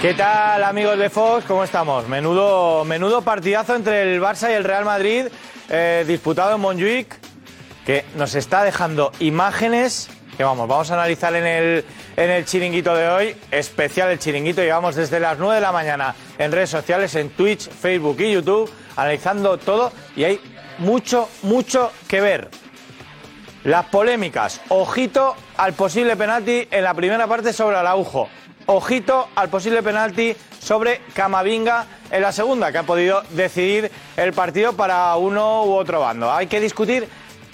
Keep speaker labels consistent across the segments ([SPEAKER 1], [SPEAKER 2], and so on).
[SPEAKER 1] ¿Qué tal amigos de Fox? ¿Cómo estamos? Menudo, menudo partidazo entre el Barça y el Real Madrid eh, disputado en Montjuic que nos está dejando imágenes que vamos, vamos a analizar en el, en el chiringuito de hoy, especial el chiringuito, llevamos desde las 9 de la mañana en redes sociales, en Twitch, Facebook y YouTube, analizando todo y hay mucho, mucho que ver. Las polémicas, ojito al posible penalti en la primera parte sobre Araujo. Ojito al posible penalti sobre Camavinga en la segunda, que ha podido decidir el partido para uno u otro bando. Hay que discutir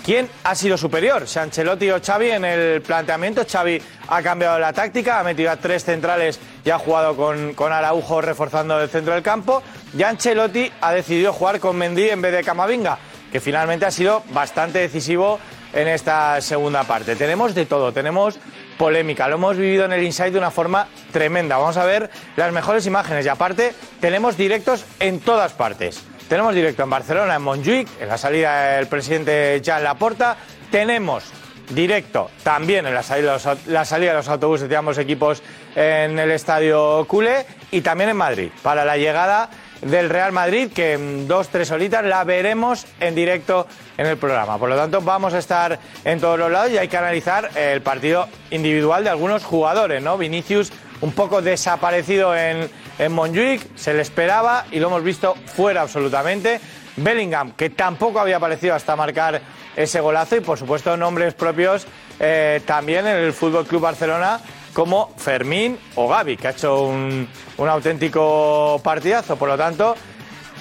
[SPEAKER 1] quién ha sido superior, si Ancelotti o Xavi en el planteamiento. Xavi ha cambiado la táctica, ha metido a tres centrales y ha jugado con, con Araujo reforzando el centro del campo. Y Ancelotti ha decidido jugar con Mendy en vez de Camavinga, que finalmente ha sido bastante decisivo en esta segunda parte. Tenemos de todo, tenemos polémica. Lo hemos vivido en el Inside de una forma tremenda. Vamos a ver las mejores imágenes y aparte tenemos directos en todas partes. Tenemos directo en Barcelona, en Montjuic, en la salida del presidente Jean Laporta. Tenemos directo también en la salida, de los, la salida de los autobuses de ambos equipos en el estadio Cule y también en Madrid para la llegada del Real Madrid que en dos, tres horitas la veremos en directo en el programa. Por lo tanto, vamos a estar en todos los lados y hay que analizar el partido individual de algunos jugadores, ¿no? Vinicius un poco desaparecido en, en Montjuic, se le esperaba y lo hemos visto fuera absolutamente. Bellingham, que tampoco había aparecido hasta marcar ese golazo y por supuesto nombres propios eh, también en el Fútbol Club Barcelona como Fermín o Gaby, que ha hecho un, un, auténtico partidazo. Por lo tanto,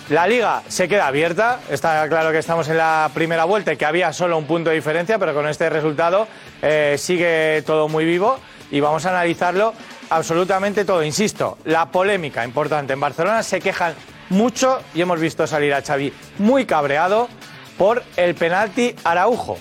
[SPEAKER 1] la liga se queda abierta. Está claro que estamos en la primera vuelta y que había solo un punto de diferencia, pero con este resultado eh, sigue todo muy vivo y vamos a analizarlo absolutamente todo. Insisto, la polémica importante. En Barcelona se quejan mucho y hemos visto salir a Xavi muy cabreado por el penalti Araujo.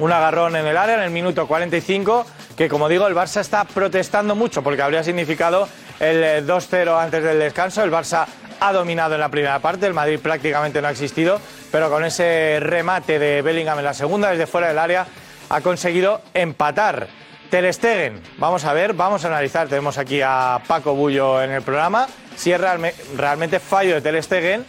[SPEAKER 1] Un agarrón en el área en el minuto 45 que como digo el Barça está protestando mucho porque habría significado el 2-0 antes del descanso. El Barça ha dominado en la primera parte, el Madrid prácticamente no ha existido, pero con ese remate de Bellingham en la segunda desde fuera del área ha conseguido empatar. Ter Stegen, vamos a ver, vamos a analizar, tenemos aquí a Paco Bullo en el programa, si es realme, realmente fallo de Ter Stegen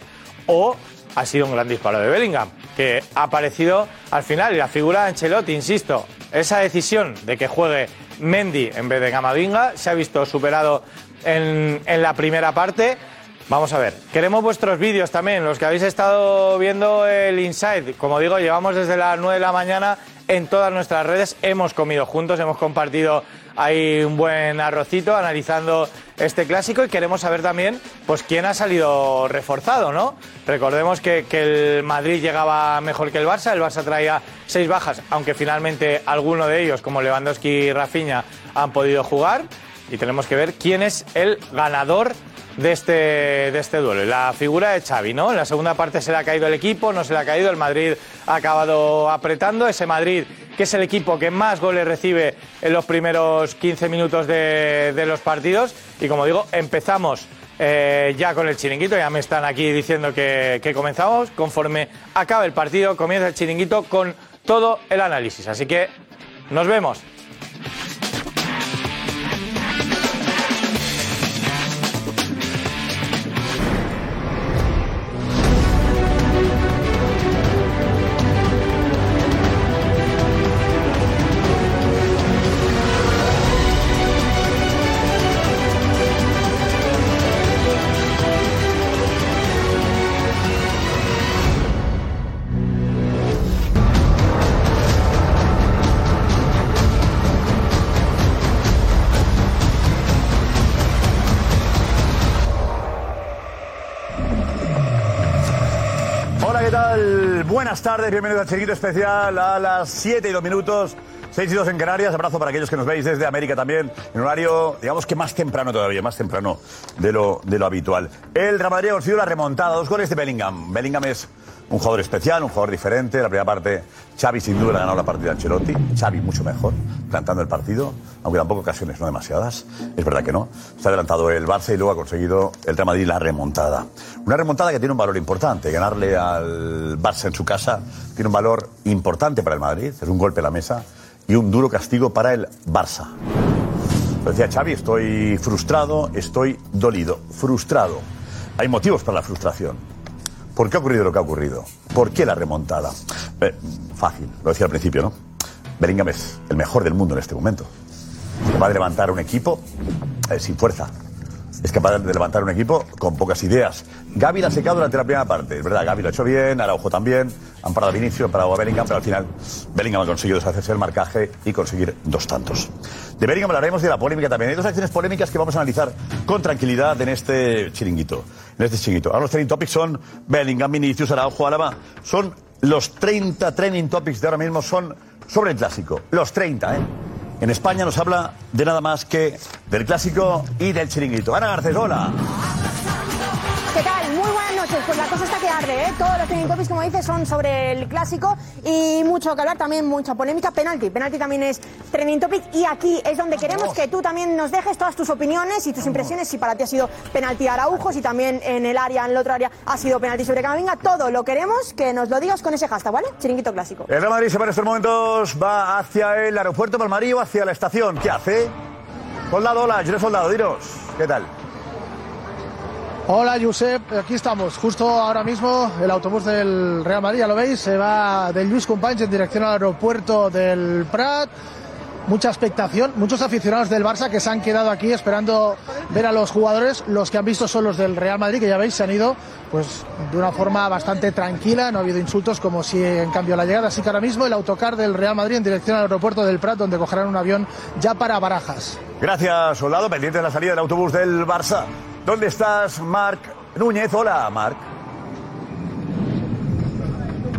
[SPEAKER 1] o ha sido un gran disparo de Bellingham, que ha aparecido al final y la figura de Ancelotti, insisto, esa decisión de que juegue Mendy en vez de Gamavinga se ha visto superado en, en, la primera parte. Vamos a ver, queremos vuestros vídeos también, los que habéis estado viendo el Inside. Como digo, llevamos desde las 9 de la mañana en todas nuestras redes, hemos comido juntos, hemos compartido ahí un buen arrocito analizando este clásico y queremos saber también pues quién ha salido reforzado, ¿no? Recordemos que, que, el Madrid llegaba mejor que el Barça, el Barça traía seis bajas, aunque finalmente alguno de ellos, como Lewandowski y Rafinha, han podido jugar y tenemos que ver quién es el ganador de este, de este duelo. La figura de Xavi, ¿no? En la segunda parte se le ha caído el equipo, no se le ha caído, el Madrid ha acabado apretando, ese Madrid que es el equipo que más goles recibe en los primeros 15 minutos de, de los partidos. Y como digo, empezamos eh, ya con el chiringuito, ya me están aquí diciendo que, que comenzamos. Conforme acaba el partido, comienza el chiringuito con todo el análisis. Así que nos vemos.
[SPEAKER 2] Buenas tardes, bienvenidos a Chiquito Especial a las 7 y 2 minutos 6 y 2 en Canarias, abrazo para aquellos que nos veis desde América también, en horario, digamos que más temprano todavía, más temprano de lo, de lo habitual. El Real Madrid ha conseguido la remontada, dos goles de Bellingham. Bellingham es un jugador especial, un jugador diferente. La primera parte, Xavi sin duda le ha ganado la partida a Ancelotti. Xavi mucho mejor, plantando el partido, aunque tampoco ocasiones, no demasiadas. Es verdad que no. Se ha adelantado el Barça y luego ha conseguido el Real Madrid la remontada. Una remontada que tiene un valor importante. Ganarle al Barça en su casa tiene un valor importante para el Madrid. Es un golpe a la mesa y un duro castigo para el Barça. Lo decía Xavi, estoy frustrado, estoy dolido. Frustrado. Hay motivos para la frustración. ¿Por qué ha ocurrido lo que ha ocurrido? ¿Por qué la remontada? Eh, fácil, lo decía al principio, ¿no? Bellingham es el mejor del mundo en este momento. Es capaz de levantar un equipo eh, sin fuerza. Es capaz de levantar un equipo con pocas ideas. Gaby la ha secado durante la primera parte. Es verdad, Gaby lo ha hecho bien, Araujo también. Han parado a Vinicius, han parado a Bellingham, pero al final Bellingham ha conseguido deshacerse del marcaje y conseguir dos tantos. De Bellingham hablaremos de la polémica también. Hay dos acciones polémicas que vamos a analizar con tranquilidad en este chiringuito. En este chiringuito. Ahora los trending topics son Bellingham, Vinicius, Araujo, Álava. Son los 30 trending topics de ahora mismo son sobre el clásico. Los 30, ¿eh? En España nos habla de nada más que del clásico y del chiringuito. Ana Garcés, hola.
[SPEAKER 3] ¿Qué tal? Muy buenas noches. Pues la cosa está que arde, ¿eh? Todos los trending topics, como dices, son sobre el clásico y mucho que hablar, también mucha polémica. Penalti, penalti también es trending topic y aquí es donde queremos que tú también nos dejes todas tus opiniones y tus impresiones, si para ti ha sido penalti Araujo, si también en el área, en el otro área, ha sido penalti sobre Camavinga. Todo lo queremos que nos lo digas con ese hashtag, ¿vale? Chiringuito clásico.
[SPEAKER 2] El Real Madrid se para estos momentos, va hacia el aeropuerto Palmarillo, hacia la estación. ¿Qué hace? Soldado, hola, yo soldado, dinos. ¿Qué tal?
[SPEAKER 4] Hola Josep, aquí estamos. Justo ahora mismo el autobús del Real Madrid, ya lo veis, se va del Lluís Companys en dirección al aeropuerto del Prat. Mucha expectación, muchos aficionados del Barça que se han quedado aquí esperando ver a los jugadores. Los que han visto son los del Real Madrid, que ya veis, se han ido pues de una forma bastante tranquila, no ha habido insultos como si en cambio la llegada. Así que ahora mismo el autocar del Real Madrid en dirección al aeropuerto del Prat, donde cogerán un avión ya para Barajas.
[SPEAKER 2] Gracias, soldado, pendiente de la salida del autobús del Barça. ¿Dónde estás, Marc Núñez? Hola, Marc.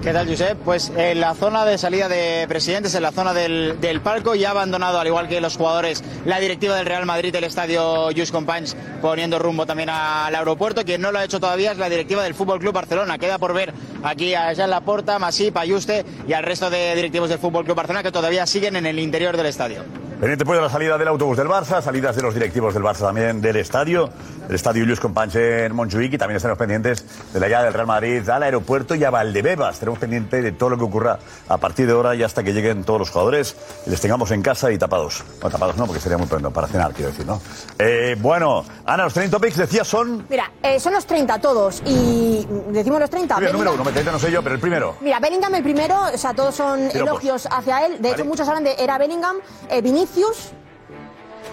[SPEAKER 5] ¿Qué tal, Josep? Pues en la zona de salida de presidentes, en la zona del, del palco, ya ha abandonado, al igual que los jugadores, la directiva del Real Madrid, el estadio Jus Companys, poniendo rumbo también al aeropuerto. Quien no lo ha hecho todavía es la directiva del Fútbol Club Barcelona. Queda por ver aquí a Jean Laporta, Masip, Ayuste y al resto de directivos del Fútbol Club Barcelona que todavía siguen en el interior del estadio.
[SPEAKER 2] Pendiente pues de la salida del autobús del Barça, salidas de los directivos del Barça también del estadio, el estadio Lluís Companys en Montjuic y también estamos pendientes de la llegada del Real Madrid al aeropuerto y a Valdebebas. Tenemos pendiente de todo lo que ocurra a partir de ahora y hasta que lleguen todos los jugadores y les tengamos en casa y tapados. Bueno, tapados no, porque sería muy pronto para cenar, quiero decir, ¿no? Eh, bueno, Ana, los 30 topics decía son...
[SPEAKER 3] Mira, eh, son los 30 todos y decimos los 30.
[SPEAKER 2] El número
[SPEAKER 3] Bellingham-
[SPEAKER 2] uno, me no sé yo, pero el primero.
[SPEAKER 3] Mira, Bellingham el primero, o sea, todos son
[SPEAKER 2] Piropos.
[SPEAKER 3] elogios hacia él. De
[SPEAKER 2] Vale.
[SPEAKER 3] hecho, muchos hablan de era Bellingham, eh, Vinicius,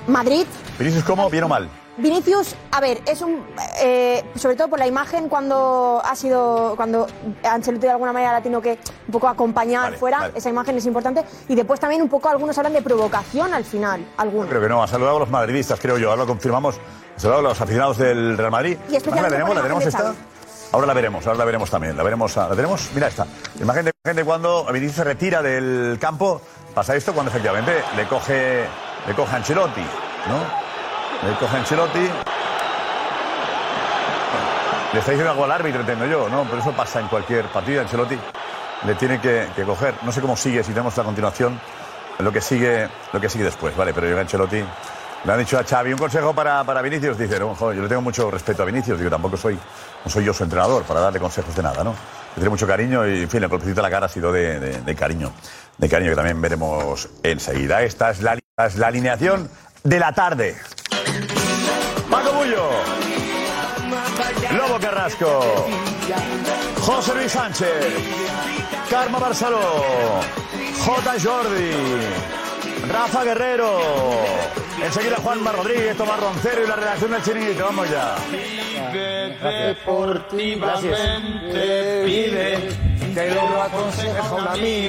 [SPEAKER 3] Madrid.
[SPEAKER 2] Vinicius, ¿cómo? ¿Bien o mal?
[SPEAKER 3] Vinicius, a ver, es un. eh, sobre todo por la imagen cuando ha sido. Cuando Ancelotti de alguna manera la ha tenido que un poco acompañar
[SPEAKER 2] Vale,
[SPEAKER 3] fuera,
[SPEAKER 2] vale.
[SPEAKER 3] esa imagen es importante. Y después también un poco algunos hablan de provocación al final, algunos.
[SPEAKER 2] Creo que no, ha saludado a los madridistas, creo yo, ahora lo confirmamos. Ha saludado a los aficionados del Real Madrid.
[SPEAKER 3] Y especialmente
[SPEAKER 2] ¿La tenemos?
[SPEAKER 3] por
[SPEAKER 2] ¿La
[SPEAKER 3] la
[SPEAKER 2] tenemos
[SPEAKER 3] gente
[SPEAKER 2] esta?
[SPEAKER 3] de
[SPEAKER 2] Ahora la veremos, ahora la veremos también. La veremos, a- la tenemos, mira esta. Imagen de, imagen de cuando Vinicius se retira del campo, pasa esto cuando efectivamente le coge, le coge Ancelotti, ¿no? Le coge Ancelotti. Le está diciendo algo al árbitro, entiendo yo, ¿no? Pero eso pasa en cualquier partido, Ancelotti le tiene que, que coger. No sé cómo sigue, si tenemos la continuación, lo que sigue, lo que sigue después, ¿vale? Pero llega Ancelotti. Le han dicho a Xavi un consejo para, para Vinicius. Dice, no, joder, yo le tengo mucho respeto a Vinicius. Digo, tampoco soy, no soy yo su entrenador para darle consejos de nada, ¿no? Le tiene mucho cariño y, en fin, la golpecito a la cara ha sido de, de- de cariño. De cariño que también veremos enseguida. Esta es la, li- esta es la alineación de la tarde. Paco Bullo. Lobo Carrasco. José Luis Sánchez, Karma Barceló, J. Jordi, Rafa Guerrero, enseguida Juanma Rodríguez, Tomás Roncero y la redacción del Chiringuito. Vamos ya.
[SPEAKER 6] Deportivamente pide que lo aconseja un amigo.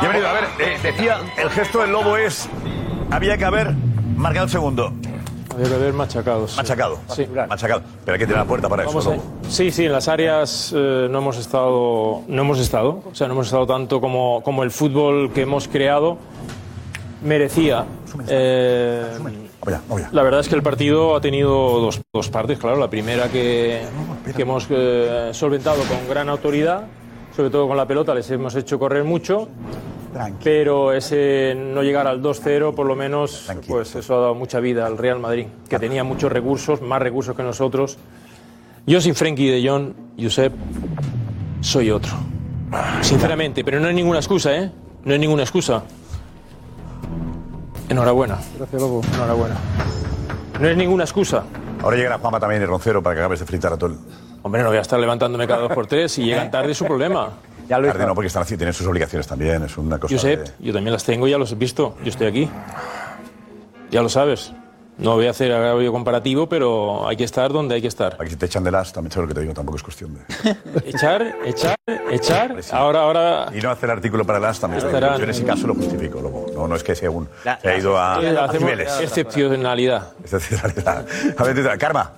[SPEAKER 2] Bienvenido. A ver, eh, decía, el gesto del lobo es. Había que haber marcado el segundo.
[SPEAKER 7] Había que haber machacados.
[SPEAKER 2] Machacado.
[SPEAKER 7] Sí.
[SPEAKER 2] Machacado. Pero hay que tener la puerta para eso,
[SPEAKER 7] Vamos a-
[SPEAKER 2] lobo.
[SPEAKER 7] Sí, sí, en las áreas eh, no hemos estado, no hemos estado, o sea, no hemos estado tanto como, como el fútbol que hemos creado merecía. Eh, la verdad es que el partido ha tenido dos, dos partes, claro. La primera que, que hemos eh, solventado con gran autoridad, sobre todo con la pelota, les hemos hecho correr mucho. Pero ese no llegar al 2-0, por lo menos, pues eso ha dado mucha vida al Real Madrid,
[SPEAKER 2] Ah.
[SPEAKER 7] que tenía muchos recursos, más recursos que nosotros. Yo sin Frenkie de Jong, Josep, soy otro. Sinceramente, pero no hay ninguna excusa, ¿eh? No hay ninguna excusa. Enhorabuena. Gracias, Lobo. Enhorabuena. No es ninguna excusa.
[SPEAKER 2] Ahora llegará Juanma también y Roncero para que acabes de fritar a todo el.
[SPEAKER 7] Hombre, no voy a estar levantándome cada dos por tres. Si llegan tarde es su problema. Ya
[SPEAKER 2] Tarde no, porque están haciendo, tienen sus obligaciones también. Es una cosa.
[SPEAKER 7] Josep,
[SPEAKER 2] de-
[SPEAKER 7] yo también las tengo, ya los he visto. Yo estoy aquí. Ya lo sabes. No voy a hacer agravio comparativo, pero hay que estar donde hay que estar.
[SPEAKER 2] Aquí si te echan de las, también sé lo que te digo, tampoco es cuestión de.
[SPEAKER 7] Echar, echar, echar. Ahora, ahora.
[SPEAKER 2] Y no hacer artículo para las también. sé lo que-
[SPEAKER 7] Ah. Estarán-
[SPEAKER 2] Yo en ese caso lo justifico, lobo. No, no es que sea un.
[SPEAKER 7] La-
[SPEAKER 2] se ha ido a.
[SPEAKER 7] Eh,
[SPEAKER 2] a
[SPEAKER 7] hacemos
[SPEAKER 2] niveles.
[SPEAKER 7] excepcionalidad.
[SPEAKER 2] Excepcionalidad. A ver, tita, Karma.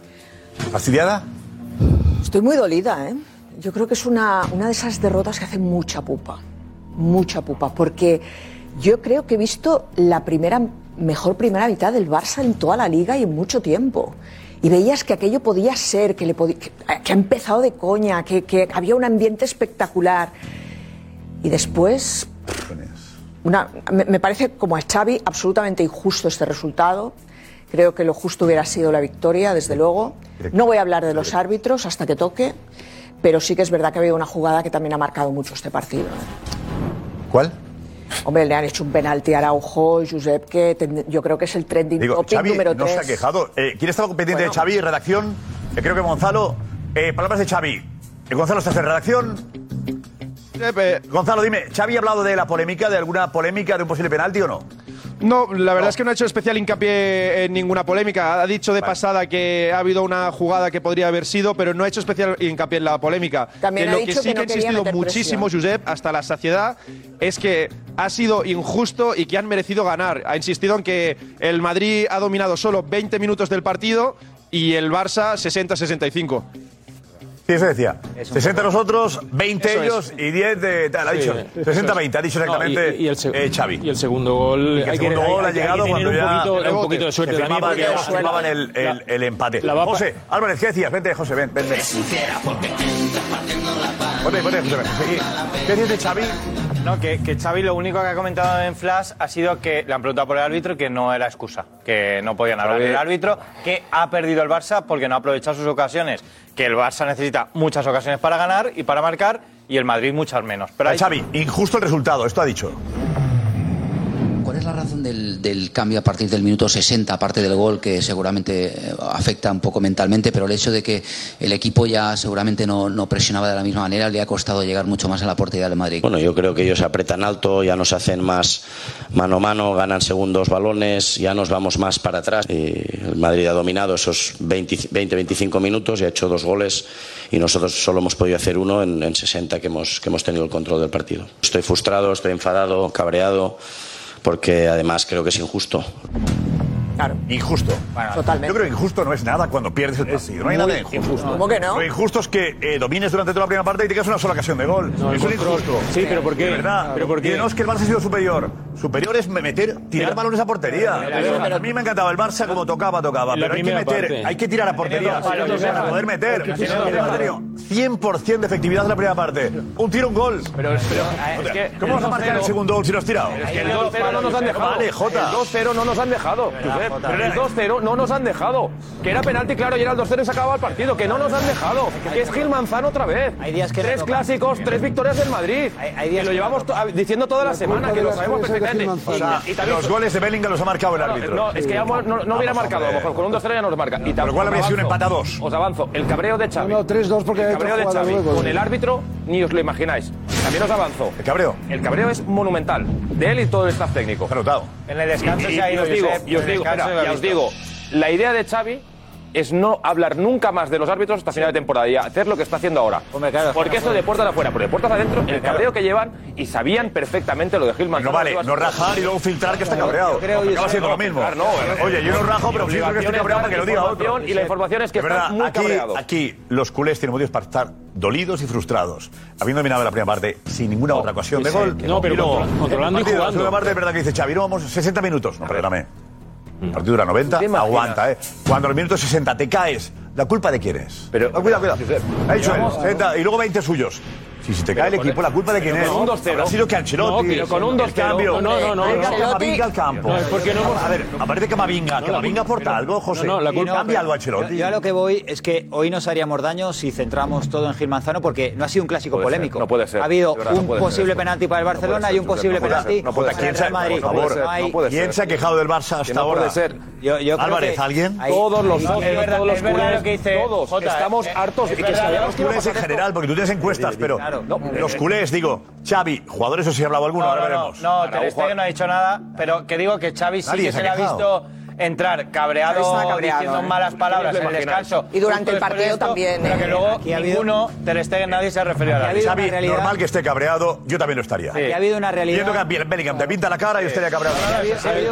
[SPEAKER 2] ¿Fastidiada?
[SPEAKER 8] Estoy muy dolida, ¿eh? Yo creo que es una, una de esas derrotas que hace mucha pupa, mucha pupa, porque yo creo que he visto la primera, mejor primera mitad del Barça en toda la liga y en mucho tiempo. Y veías que aquello podía ser, que, le podi- que, que ha empezado de coña, que, que había un ambiente espectacular. Y después, una- me, me parece como a Xavi absolutamente injusto este resultado. Creo que lo justo hubiera sido la victoria, desde luego. No voy a hablar de los árbitros hasta que toque, pero sí que es verdad que había una jugada que también ha marcado mucho este partido.
[SPEAKER 2] ¿Cuál?
[SPEAKER 8] Hombre, le han hecho un penalti a Araujo, Josep, que ten- yo creo que es el trending
[SPEAKER 2] Digo,
[SPEAKER 8] topic
[SPEAKER 2] Xavi
[SPEAKER 8] número
[SPEAKER 2] no se ha
[SPEAKER 8] 3.
[SPEAKER 2] quejado. Eh, ¿Quién estaba pendiente de Xavi? Redacción. Eh, creo que Gonzalo. Eh, palabras de Xavi. Eh, Gonzalo, ¿estás en redacción? Gonzalo, dime, ¿Xavi ha hablado de la polémica, de alguna polémica, de un posible penalti o no?
[SPEAKER 9] No, la verdad es que no ha hecho especial hincapié en ninguna polémica. Ha dicho de pasada que ha habido una jugada que podría haber sido, pero no ha hecho especial hincapié en la polémica. en
[SPEAKER 8] También ha
[SPEAKER 9] lo
[SPEAKER 8] dicho
[SPEAKER 9] que sí que,
[SPEAKER 8] que no
[SPEAKER 9] ha
[SPEAKER 8] quería
[SPEAKER 9] insistido
[SPEAKER 8] meter
[SPEAKER 9] muchísimo,
[SPEAKER 8] presión.
[SPEAKER 9] Josep, hasta la saciedad, es que ha sido injusto y que han merecido ganar. Ha insistido en que el Madrid ha dominado solo 20 minutos del partido y el Barça 60-65.
[SPEAKER 2] Sí, eso decía. 60 nosotros, 20
[SPEAKER 9] Eso
[SPEAKER 2] ellos y 10 de tal. Ha
[SPEAKER 9] Sí,
[SPEAKER 2] dicho.
[SPEAKER 9] eso es.
[SPEAKER 2] 60-20, ha dicho
[SPEAKER 9] No,
[SPEAKER 2] exactamente
[SPEAKER 7] eh, y- y el seg-
[SPEAKER 2] eh, Xavi.
[SPEAKER 7] Y el segundo gol.
[SPEAKER 2] Y que el segundo gol ha llegado
[SPEAKER 7] tener
[SPEAKER 2] cuando
[SPEAKER 7] un
[SPEAKER 2] ya
[SPEAKER 7] poquito- un poquito de suerte
[SPEAKER 2] se
[SPEAKER 7] también.
[SPEAKER 2] firmaba,
[SPEAKER 7] porque-
[SPEAKER 2] ya firmaban el, el- el empate.
[SPEAKER 7] la va a pa-
[SPEAKER 2] José, Álvarez, ¿qué decías? Vente, José, ven, ven. ven. Ponte, ponte, José, ven. Seguí. ¿Qué dices de Xavi?
[SPEAKER 1] No, que, que Xavi lo único que ha comentado en Flash ha sido que le han preguntado por el árbitro y que no era excusa, que no podían hablar del árbitro, que ha perdido el Barça porque no ha aprovechado sus ocasiones, que el Barça necesita muchas ocasiones para ganar y para marcar y el Madrid muchas menos. Pero
[SPEAKER 2] A
[SPEAKER 1] ahí-
[SPEAKER 2] Xavi, injusto el resultado, esto ha dicho.
[SPEAKER 10] ¿Cuál es la razón del, del cambio a partir del minuto 60, aparte del gol, que seguramente eh, afecta un poco mentalmente, pero el hecho de que el equipo ya seguramente no, no presionaba de la misma manera, le ha costado llegar mucho más a la portería del Madrid?
[SPEAKER 11] Bueno, yo creo que ellos apretan alto, ya nos hacen más mano a mano, ganan segundos balones, ya nos vamos más para atrás. Y el Madrid ha dominado esos 20-25 minutos y ha hecho dos goles y nosotros solo hemos podido hacer uno en, en 60 que hemos, que hemos tenido el control del partido. Estoy frustrado, estoy enfadado, cabreado, porque además creo que es injusto.
[SPEAKER 8] Claro.
[SPEAKER 2] Injusto. Yo creo que injusto no es nada cuando pierdes el partido. No hay nada de injusto.
[SPEAKER 8] ¿Cómo que no?
[SPEAKER 2] Lo injusto es que eh, domines durante toda la primera parte y te quedas una sola ocasión de gol.
[SPEAKER 7] No, el
[SPEAKER 2] es un
[SPEAKER 7] control.
[SPEAKER 2] injusto.
[SPEAKER 7] Sí, pero ¿por qué?
[SPEAKER 2] De verdad.
[SPEAKER 7] Pero ¿por qué?
[SPEAKER 2] Y no es que el Barça ha sido superior. Superior es me- meter, tirar balones a portería. a mí me encantaba el Barça como tocaba, tocaba.
[SPEAKER 7] En la
[SPEAKER 2] Pero hay que
[SPEAKER 7] primera
[SPEAKER 2] meter,
[SPEAKER 7] parte.
[SPEAKER 2] hay que tirar a portería
[SPEAKER 7] Teniendo palos,
[SPEAKER 2] para
[SPEAKER 7] Borja.
[SPEAKER 2] poder meter.
[SPEAKER 7] Teniendo
[SPEAKER 2] El Madrid
[SPEAKER 7] palos.
[SPEAKER 2] ha tenido 100% de efectividad en la primera parte. Un tiro, un gol.
[SPEAKER 12] eh,
[SPEAKER 2] O sea, ¿Cómo vas a marcar el segundo gol si no has tirado?
[SPEAKER 1] el 2-0 no nos han dejado.
[SPEAKER 2] Vale, Jota.
[SPEAKER 1] El 2-0
[SPEAKER 2] no nos han dejado.
[SPEAKER 12] Pero en el 2-0 no nos han dejado. Que era penalti, claro, y era el 2-0 y se acababa el partido. Que no nos han dejado. Que es Gil Manzano otra vez. tres clásicos, tres victorias del Madrid. que lo llevamos to- diciendo toda la, semana, que lo sabemos perfectamente.
[SPEAKER 2] O sea,
[SPEAKER 12] Y- y también-
[SPEAKER 2] los goles de Bellingham los ha marcado el árbitro.
[SPEAKER 12] no, es que ya no, no- no hubiera
[SPEAKER 2] Vamos,
[SPEAKER 12] marcado, a lo
[SPEAKER 2] hombre.
[SPEAKER 12] mejor con un 2-0 ya no los marca. Y
[SPEAKER 2] Pero igual habría sido un empate a dos.
[SPEAKER 12] Os avanzo, el cabreo de Xavi. No, 3-2 porque El cabreo de
[SPEAKER 2] jugada
[SPEAKER 12] Xavi
[SPEAKER 2] luego,
[SPEAKER 12] con
[SPEAKER 2] ¿eh?
[SPEAKER 12] el árbitro ni os lo imagináis. También os avanzo. ¿El
[SPEAKER 2] cabreo?
[SPEAKER 12] El cabreo es monumental, de él y todo el staff técnico.
[SPEAKER 5] En el descanso
[SPEAKER 12] Y- y-
[SPEAKER 5] se ha
[SPEAKER 12] y
[SPEAKER 5] ido,
[SPEAKER 12] os digo,
[SPEAKER 5] Josep,
[SPEAKER 12] y os
[SPEAKER 5] en el
[SPEAKER 12] digo,
[SPEAKER 5] descanso
[SPEAKER 12] espera,
[SPEAKER 5] se
[SPEAKER 12] y
[SPEAKER 5] ha
[SPEAKER 12] os
[SPEAKER 5] visto.
[SPEAKER 12] digo, la idea de Xavi es no hablar nunca más de los árbitros hasta final de temporada y hacer lo que está haciendo ahora.
[SPEAKER 5] claro,
[SPEAKER 12] porque esto
[SPEAKER 5] está
[SPEAKER 12] de
[SPEAKER 5] fuera.
[SPEAKER 12] puertas afuera, porque de puertas adentro, el
[SPEAKER 5] claro.
[SPEAKER 12] cabreo que llevan y sabían perfectamente lo de Gilman.
[SPEAKER 2] No vale, no rajar y luego filtrar que está cabreado. Acaba siendo lo mismo.
[SPEAKER 12] filtrar no, eh.
[SPEAKER 2] Oye, yo no rajo, pero filtro que estoy cabreado para que lo diga otro.
[SPEAKER 12] Y la información es que
[SPEAKER 2] De verdad,
[SPEAKER 12] están muy
[SPEAKER 2] aquí,
[SPEAKER 12] cabreados.
[SPEAKER 2] aquí los culés tienen motivos para estar dolidos y frustrados. Habiendo dominado la primera parte sin ninguna otra ocasión de
[SPEAKER 12] sí,
[SPEAKER 2] gol.
[SPEAKER 12] que no, pero
[SPEAKER 2] Y luego,
[SPEAKER 12] control- controlando
[SPEAKER 2] el partido,
[SPEAKER 12] y jugando.
[SPEAKER 2] La segunda parte es verdad que dice Xavi, no, vamos 60 minutos. No, perdóname. El partido dura 90, aguanta, ¿eh? Cuando el minuto 60 te caes, ¿la culpa de quién es? Pero, cuidado, cuidado. Ha dicho él,
[SPEAKER 12] Vamos,
[SPEAKER 2] 60, y luego 20 suyos. Si se te cae el
[SPEAKER 12] Pero con
[SPEAKER 2] equipo, ¿la culpa de quién
[SPEAKER 12] pero
[SPEAKER 2] es?
[SPEAKER 12] con un 2-0.
[SPEAKER 2] Habrá sido que Ancelotti.
[SPEAKER 12] No, pero con un
[SPEAKER 2] el
[SPEAKER 12] 2-0. No,
[SPEAKER 2] cambio.
[SPEAKER 12] no, no, no.
[SPEAKER 2] Venga, Camavinga al campo.
[SPEAKER 12] No, es porque no hemos-
[SPEAKER 2] A ver, aparte
[SPEAKER 12] Ah,
[SPEAKER 2] Camavinga. Camavinga aporta algo, José. Cambia algo a Ancelotti.
[SPEAKER 13] Yo, yo a lo que voy es que hoy nos haríamos daño si centramos todo en Gil Manzano porque no ha sido un clásico
[SPEAKER 12] Puede ser,
[SPEAKER 13] polémico.
[SPEAKER 12] no puede ser.
[SPEAKER 13] Ha habido
[SPEAKER 12] De verdad, no
[SPEAKER 13] un
[SPEAKER 12] puede ser
[SPEAKER 13] posible
[SPEAKER 12] esto.
[SPEAKER 13] penalti para el
[SPEAKER 12] No
[SPEAKER 13] Barcelona
[SPEAKER 12] puede ser,
[SPEAKER 13] y un
[SPEAKER 12] Jota,
[SPEAKER 13] posible
[SPEAKER 12] no puede ser,
[SPEAKER 13] penalti
[SPEAKER 12] no puede
[SPEAKER 13] para
[SPEAKER 12] ser.
[SPEAKER 13] el Real Madrid.
[SPEAKER 2] Por favor,
[SPEAKER 13] No hay-
[SPEAKER 2] ¿quién se ha quejado del Barça
[SPEAKER 13] Que
[SPEAKER 2] hasta
[SPEAKER 13] no puede
[SPEAKER 2] ahora?
[SPEAKER 13] ser. Yo- yo creo
[SPEAKER 2] Álvarez,
[SPEAKER 13] que-
[SPEAKER 2] ¿alguien?
[SPEAKER 13] Ahí- Todos los-
[SPEAKER 2] socios,
[SPEAKER 13] es verdad,
[SPEAKER 12] todos los
[SPEAKER 13] es verdad
[SPEAKER 12] culés,
[SPEAKER 13] lo que dice
[SPEAKER 12] todos,
[SPEAKER 13] Jota,
[SPEAKER 12] estamos
[SPEAKER 13] eh,
[SPEAKER 12] hartos
[SPEAKER 13] es
[SPEAKER 12] y que
[SPEAKER 13] verdad,
[SPEAKER 12] se
[SPEAKER 13] yo
[SPEAKER 12] habíamos
[SPEAKER 2] Los culés en general, porque tú tienes encuestas, pero los culés, digo, Xavi, jugadores, eso sí hablaba alguno, ahora veremos.
[SPEAKER 1] No, no,
[SPEAKER 2] Ahora,
[SPEAKER 1] Ter
[SPEAKER 2] ojo,
[SPEAKER 1] Stegen no ha dicho nada, pero que digo que Xavi sí
[SPEAKER 2] Nadie
[SPEAKER 1] que
[SPEAKER 2] se
[SPEAKER 1] se le
[SPEAKER 2] ha
[SPEAKER 1] ha visto entrar cabreado,
[SPEAKER 8] Xavi está cabreado,
[SPEAKER 1] diciendo
[SPEAKER 8] ¿eh?
[SPEAKER 1] malas palabras
[SPEAKER 8] No
[SPEAKER 1] en
[SPEAKER 8] os lo
[SPEAKER 1] el
[SPEAKER 8] imagináis.
[SPEAKER 1] descanso.
[SPEAKER 8] Y
[SPEAKER 1] Justo
[SPEAKER 8] durante el
[SPEAKER 1] después
[SPEAKER 8] partién
[SPEAKER 1] de esto,
[SPEAKER 8] también,
[SPEAKER 1] Pero
[SPEAKER 8] ¿eh?
[SPEAKER 1] que luego
[SPEAKER 8] Aquí ha habido-
[SPEAKER 1] ninguno, Ter Stegen, nadie se ha referido a la
[SPEAKER 2] Xavi, normal que esté cabreado, yo también lo estaría.
[SPEAKER 1] Aquí ha habido una realidad.
[SPEAKER 2] Viendo que Bel- Bellingham te pinta la cara, yo estaría cabreado.
[SPEAKER 12] ¿Sabes-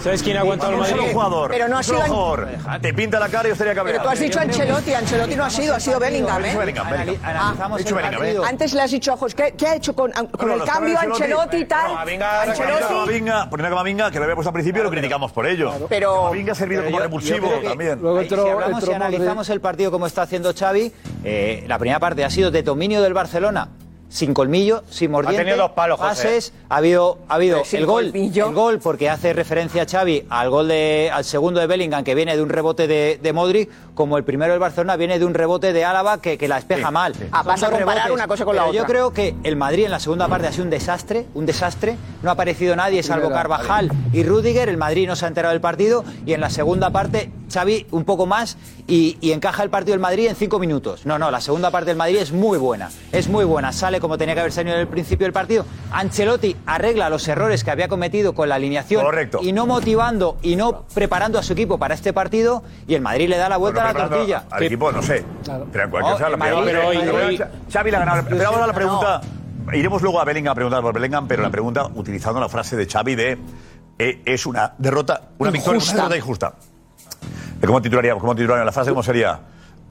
[SPEAKER 12] ¿Sabes quién ha aguantado el
[SPEAKER 2] Un solo
[SPEAKER 12] Madrid?
[SPEAKER 2] jugador,
[SPEAKER 8] Pero no ha
[SPEAKER 2] un solo
[SPEAKER 8] sido-
[SPEAKER 2] jugador, te pinta la cara, yo estaría
[SPEAKER 8] Pero
[SPEAKER 2] cabreado.
[SPEAKER 8] tú has dicho Ancelotti, Ancelotti no ha sido, ha sido Bellingham,
[SPEAKER 2] Bellingham,
[SPEAKER 8] ¿eh?
[SPEAKER 2] Bellingham, Bellingham.
[SPEAKER 8] Ah,
[SPEAKER 2] He dicho Bellingham, ¿eh?
[SPEAKER 8] antes le has dicho a José, ¿qué, qué ha hecho con, con
[SPEAKER 2] Bueno,
[SPEAKER 8] el
[SPEAKER 2] los
[SPEAKER 8] cambio
[SPEAKER 2] cambios de
[SPEAKER 8] Ancelotti y tal?
[SPEAKER 2] Camavinga, Camavinga, poniendo a Camavinga, que lo habíamos al principio, lo criticamos por ello.
[SPEAKER 8] Pero- eh,
[SPEAKER 2] Camavinga ha servido como repulsivo también.
[SPEAKER 13] Ahí, si hablamos y analizamos el partido como está haciendo Xavi, eh, la primera parte ha sido de dominio del Barcelona. Sin colmillo, sin mordiente.
[SPEAKER 1] tenido dos palos, José.
[SPEAKER 13] Pases, ha habido, ha habido
[SPEAKER 1] Pero sin
[SPEAKER 13] el gol.
[SPEAKER 1] colmillo.
[SPEAKER 13] El gol, porque hace referencia Xavi al gol de, al segundo de Bellingham, que viene de un rebote de, de Modric, como el primero del Barcelona viene de un rebote de Álava que, que la espeja
[SPEAKER 8] Sí,
[SPEAKER 13] mal.
[SPEAKER 8] sí. Ah, vas
[SPEAKER 13] Son
[SPEAKER 8] a
[SPEAKER 13] dos
[SPEAKER 8] comparar una cosa con la
[SPEAKER 13] Pero Yo
[SPEAKER 8] otra.
[SPEAKER 13] creo que el Madrid en la segunda parte ha sido un desastre, un desastre. No ha aparecido nadie salvo
[SPEAKER 1] Primera,
[SPEAKER 13] Carvajal y Rudiger. El Madrid no se ha enterado del partido y en la segunda parte Xavi un poco más y, y encaja el partido del Madrid en cinco minutos. No, no, la segunda parte del Madrid es muy buena, es muy buena. Sale como tenía que haber salido en el principio del partido. Ancelotti arregla los errores que había cometido con la alineación
[SPEAKER 2] Correcto.
[SPEAKER 13] y no motivando y no preparando a su equipo para este partido y el Madrid le da la vuelta a la
[SPEAKER 2] preparando
[SPEAKER 13] tortilla.
[SPEAKER 2] Al equipo, no sé. Pero en cualquier
[SPEAKER 13] Oh,
[SPEAKER 2] caso, la
[SPEAKER 13] el Madrid,
[SPEAKER 2] primera
[SPEAKER 13] pero
[SPEAKER 2] parte-
[SPEAKER 13] hoy-
[SPEAKER 2] Pero
[SPEAKER 13] hoy-
[SPEAKER 2] Xavi- Xavi la ha ganado. Pero ahora la pregunta. Iremos luego a Bellingham a preguntar por Bellingham, pero
[SPEAKER 13] Mm.
[SPEAKER 2] la pregunta utilizando la frase de Xavi de eh, es una derrota, una victoria, una
[SPEAKER 8] Injusta.
[SPEAKER 2] derrota injusta. Eh, ¿Cómo titularíamos? ¿Cómo titularíamos la frase? ¿Cómo sería?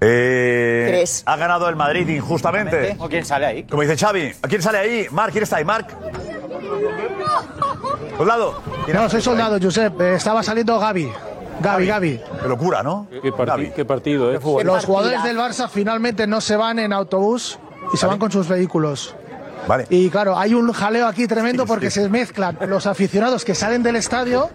[SPEAKER 2] Eh,
[SPEAKER 8] Tres.
[SPEAKER 2] Ha ganado el Madrid injustamente.
[SPEAKER 1] ¿O quién sale ahí?
[SPEAKER 2] Como dice Xavi, ¿a quién sale ahí? Marc, ¿quién está ahí? Marc. Soldado. ¿Quién
[SPEAKER 4] No,
[SPEAKER 2] ha-
[SPEAKER 4] soy soldado, Josep. Eh, Estaba saliendo Gaby. Gaby, Gaby.
[SPEAKER 2] Qué locura, ¿no?
[SPEAKER 12] Qué, parti- qué partido, ¿eh?
[SPEAKER 4] Los jugadores del Barça finalmente no se van en autobús y se van con sus vehículos.
[SPEAKER 2] Vale.
[SPEAKER 4] Y claro, hay un jaleo aquí tremendo porque se mezclan los aficionados que salen del estadio,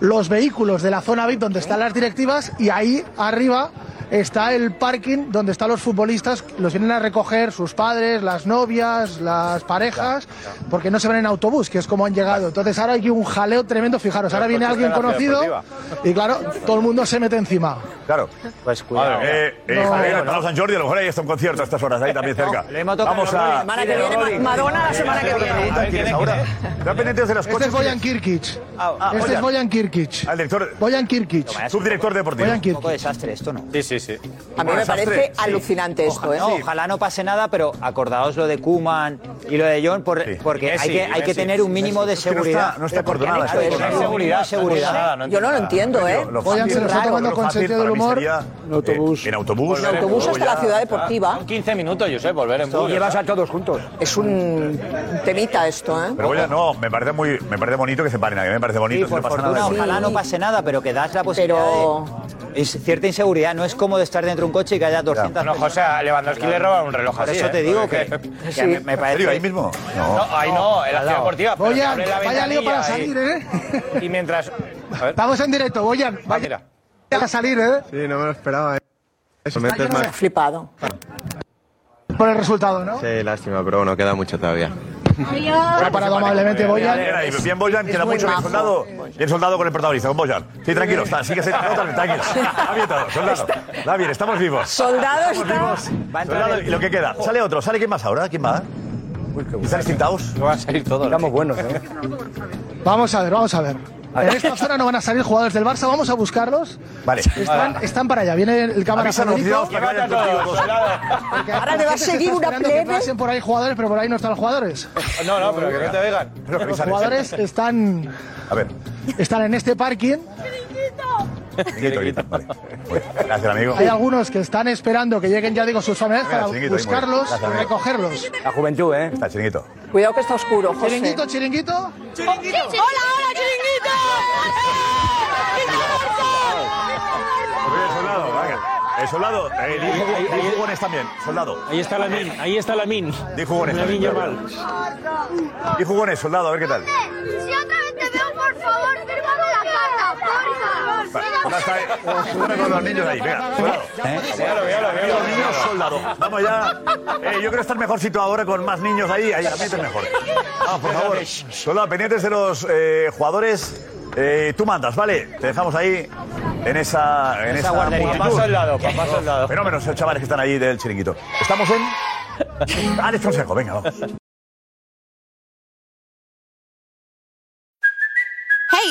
[SPEAKER 4] los vehículos de la zona VIP donde están las directivas y ahí arriba está el parking donde están los futbolistas, los vienen a recoger sus padres, las novias, las parejas, porque no se van en autobús, que es como han llegado. Entonces ahora hay un jaleo tremendo, fijaros, ahora viene
[SPEAKER 2] porque
[SPEAKER 4] alguien
[SPEAKER 2] está en la ciudad
[SPEAKER 4] conocido y claro, todo el mundo se mete encima.
[SPEAKER 2] Claro.
[SPEAKER 13] Pues
[SPEAKER 2] cuidado. Eh, eh,
[SPEAKER 4] No.
[SPEAKER 2] Javier, estamos en San Jordi, a lo mejor ahí está un concierto a estas horas, ahí también cerca. Vamos a.
[SPEAKER 8] Madonna la semana que viene.
[SPEAKER 2] ¿Quién es ahora? Están pendientes de las
[SPEAKER 4] Este
[SPEAKER 2] cosas.
[SPEAKER 4] es Boyan Kirkic.
[SPEAKER 2] ah,
[SPEAKER 4] este
[SPEAKER 2] Boyan.
[SPEAKER 4] es Boyan Kirkic.
[SPEAKER 2] Al director.
[SPEAKER 4] Boyan Kirkic.
[SPEAKER 2] Subdirector deportivo.
[SPEAKER 4] Boyan
[SPEAKER 13] Un poco desastre esto, ¿no?
[SPEAKER 5] Sí, sí, sí.
[SPEAKER 8] A mí me
[SPEAKER 13] Desastre,
[SPEAKER 8] parece
[SPEAKER 13] sí.
[SPEAKER 8] alucinante esto,
[SPEAKER 13] Ojalá,
[SPEAKER 8] ¿eh?
[SPEAKER 13] no, ojalá no pase nada, pero acordaos lo de Kuman y lo de John, por- porque
[SPEAKER 5] Messi,
[SPEAKER 13] hay, que, hay que
[SPEAKER 5] Messi.
[SPEAKER 13] tener un mínimo de
[SPEAKER 2] que no está-
[SPEAKER 13] seguridad.
[SPEAKER 8] Eh,
[SPEAKER 2] no está
[SPEAKER 13] Porque
[SPEAKER 2] acordonada,
[SPEAKER 13] han hecho
[SPEAKER 2] está acordonada.
[SPEAKER 13] eso,
[SPEAKER 2] No hay seguridad,
[SPEAKER 13] mínimo de seguridad.
[SPEAKER 2] acordonada, no
[SPEAKER 8] Yo no lo entiendo, ¿eh?
[SPEAKER 2] Lo
[SPEAKER 4] Boyan se lo está
[SPEAKER 2] raro,
[SPEAKER 4] tomando
[SPEAKER 2] lo
[SPEAKER 4] con
[SPEAKER 2] fácil
[SPEAKER 4] sentido del
[SPEAKER 2] para mí
[SPEAKER 4] humor.
[SPEAKER 2] sería, eh, en autobús.
[SPEAKER 8] En autobús hasta la ciudad deportiva.
[SPEAKER 5] Son 15 minutos, Josep, volver en bus.
[SPEAKER 8] llevas a todos juntos. Es un temita esto, ¿eh?
[SPEAKER 2] Pero Boyan, no, me parece, muy, me parece bonito que se paren aquí, me parece bonito,
[SPEAKER 13] Sí,
[SPEAKER 2] si
[SPEAKER 13] por
[SPEAKER 2] no pasa
[SPEAKER 13] fortuna,
[SPEAKER 2] nada.
[SPEAKER 13] ojalá no pase nada, pero que das la posibilidad de es cierta inseguridad. No es cómodo estar dentro de un coche y que haya 200...
[SPEAKER 5] No, José, a Lewandowski le roba un reloj
[SPEAKER 13] Por
[SPEAKER 5] así.
[SPEAKER 13] eso
[SPEAKER 5] ¿eh?
[SPEAKER 13] te digo que,
[SPEAKER 5] Porque-
[SPEAKER 13] que a mí me
[SPEAKER 2] ¿En serio, ahí
[SPEAKER 13] parece...
[SPEAKER 2] mismo?
[SPEAKER 5] No, ahí no, en la ciudad deportiva. pero que
[SPEAKER 4] Boyan,
[SPEAKER 5] abre la
[SPEAKER 4] vaya lío para
[SPEAKER 5] ventanilla
[SPEAKER 4] salir, ¿eh?
[SPEAKER 5] Y, y mientras Ah,
[SPEAKER 4] Estamos en directo, Boyan. Vaya a salir, ¿eh?
[SPEAKER 14] Sí, no me lo esperaba. ¿eh? Eso me haces más-
[SPEAKER 8] Flipado.
[SPEAKER 4] Por el resultado, ¿no?
[SPEAKER 14] Sí, lástima, pero bueno, queda mucho todavía.
[SPEAKER 4] Ha parado amablemente Boyan.
[SPEAKER 2] Bien, bien, Boyan, queda mucho bien soldado. Bien soldado con el protagonista, con Boyan. Sí, tranquilo, está, sigue siendo totalmente tranquilo. Está bien todo, soldado. Está bien, estamos vivos.
[SPEAKER 8] Soldado
[SPEAKER 2] Estamos
[SPEAKER 8] está-
[SPEAKER 2] vivos. Soldado, y lo que queda. Sale otro, sale quién más ahora, quién más. ¿Están extintados? No van a salir todos. Estamos buenos, ¿eh?
[SPEAKER 4] Vamos a ver, vamos a ver. En esta zona no van a salir jugadores del Barça, vamos a buscarlos.
[SPEAKER 2] Vale.
[SPEAKER 4] Están, están para allá, viene el cámara
[SPEAKER 2] Avísanos,
[SPEAKER 4] Federico.
[SPEAKER 2] cuidados, para que vayan contigo,
[SPEAKER 4] Ahora
[SPEAKER 8] te va a seguir una
[SPEAKER 4] plebe. pasen por ahí jugadores, pero por ahí no están los jugadores.
[SPEAKER 1] No, no, pero que no te oigan.
[SPEAKER 4] Los jugadores están,
[SPEAKER 2] A ver,
[SPEAKER 4] están en este parking.
[SPEAKER 2] quieto, quieto. Vale. Muy bien. Gracias, amigo.
[SPEAKER 4] Hay algunos que están esperando que lleguen, ya digo, sus familias
[SPEAKER 2] Venga,
[SPEAKER 4] para
[SPEAKER 2] chiringuito, ahí, muy bien.
[SPEAKER 4] buscarlos
[SPEAKER 2] Gracias,
[SPEAKER 4] y
[SPEAKER 2] amigo.
[SPEAKER 4] recogerlos.
[SPEAKER 2] La juventud, ¿eh? Está chiringuito.
[SPEAKER 8] Cuidado que está oscuro, José.
[SPEAKER 4] Chiringuito, chiringuito.
[SPEAKER 3] ¡Hola, hola,
[SPEAKER 2] Soldado, venga. El soldado, eh, di jugo- di jugones también. Soldado.
[SPEAKER 7] Ahí está la min, ahí está la min.
[SPEAKER 2] Di jugones.
[SPEAKER 7] La min
[SPEAKER 2] también.
[SPEAKER 7] Yerbal.
[SPEAKER 2] Di jugones, soldado, a ver qué tal.
[SPEAKER 15] Si otra vez te veo, por favor, te pongo la cara, porfa.
[SPEAKER 2] Vale, ahora está ahí. Ahora con los niños ahí, venga. Soldado. Los niños, soldado. Vamos ya. Eh, yo creo estar mejor situado ahora con más niños ahí. Ahí también es mejor. Vamos, por favor. Soldado, pendientes de los eh, jugadores. Eh, tú mandas, ¿vale? Te dejamos ahí en esa... En
[SPEAKER 1] Esa
[SPEAKER 2] esa
[SPEAKER 1] guardería.
[SPEAKER 2] multitud.
[SPEAKER 1] Papá soldado, papá soldado.
[SPEAKER 2] Fenómenos, esos chavales que están ahí del chiringuito. Estamos en... Alex Consejo, Ah, venga, vamos.
[SPEAKER 16] Hey,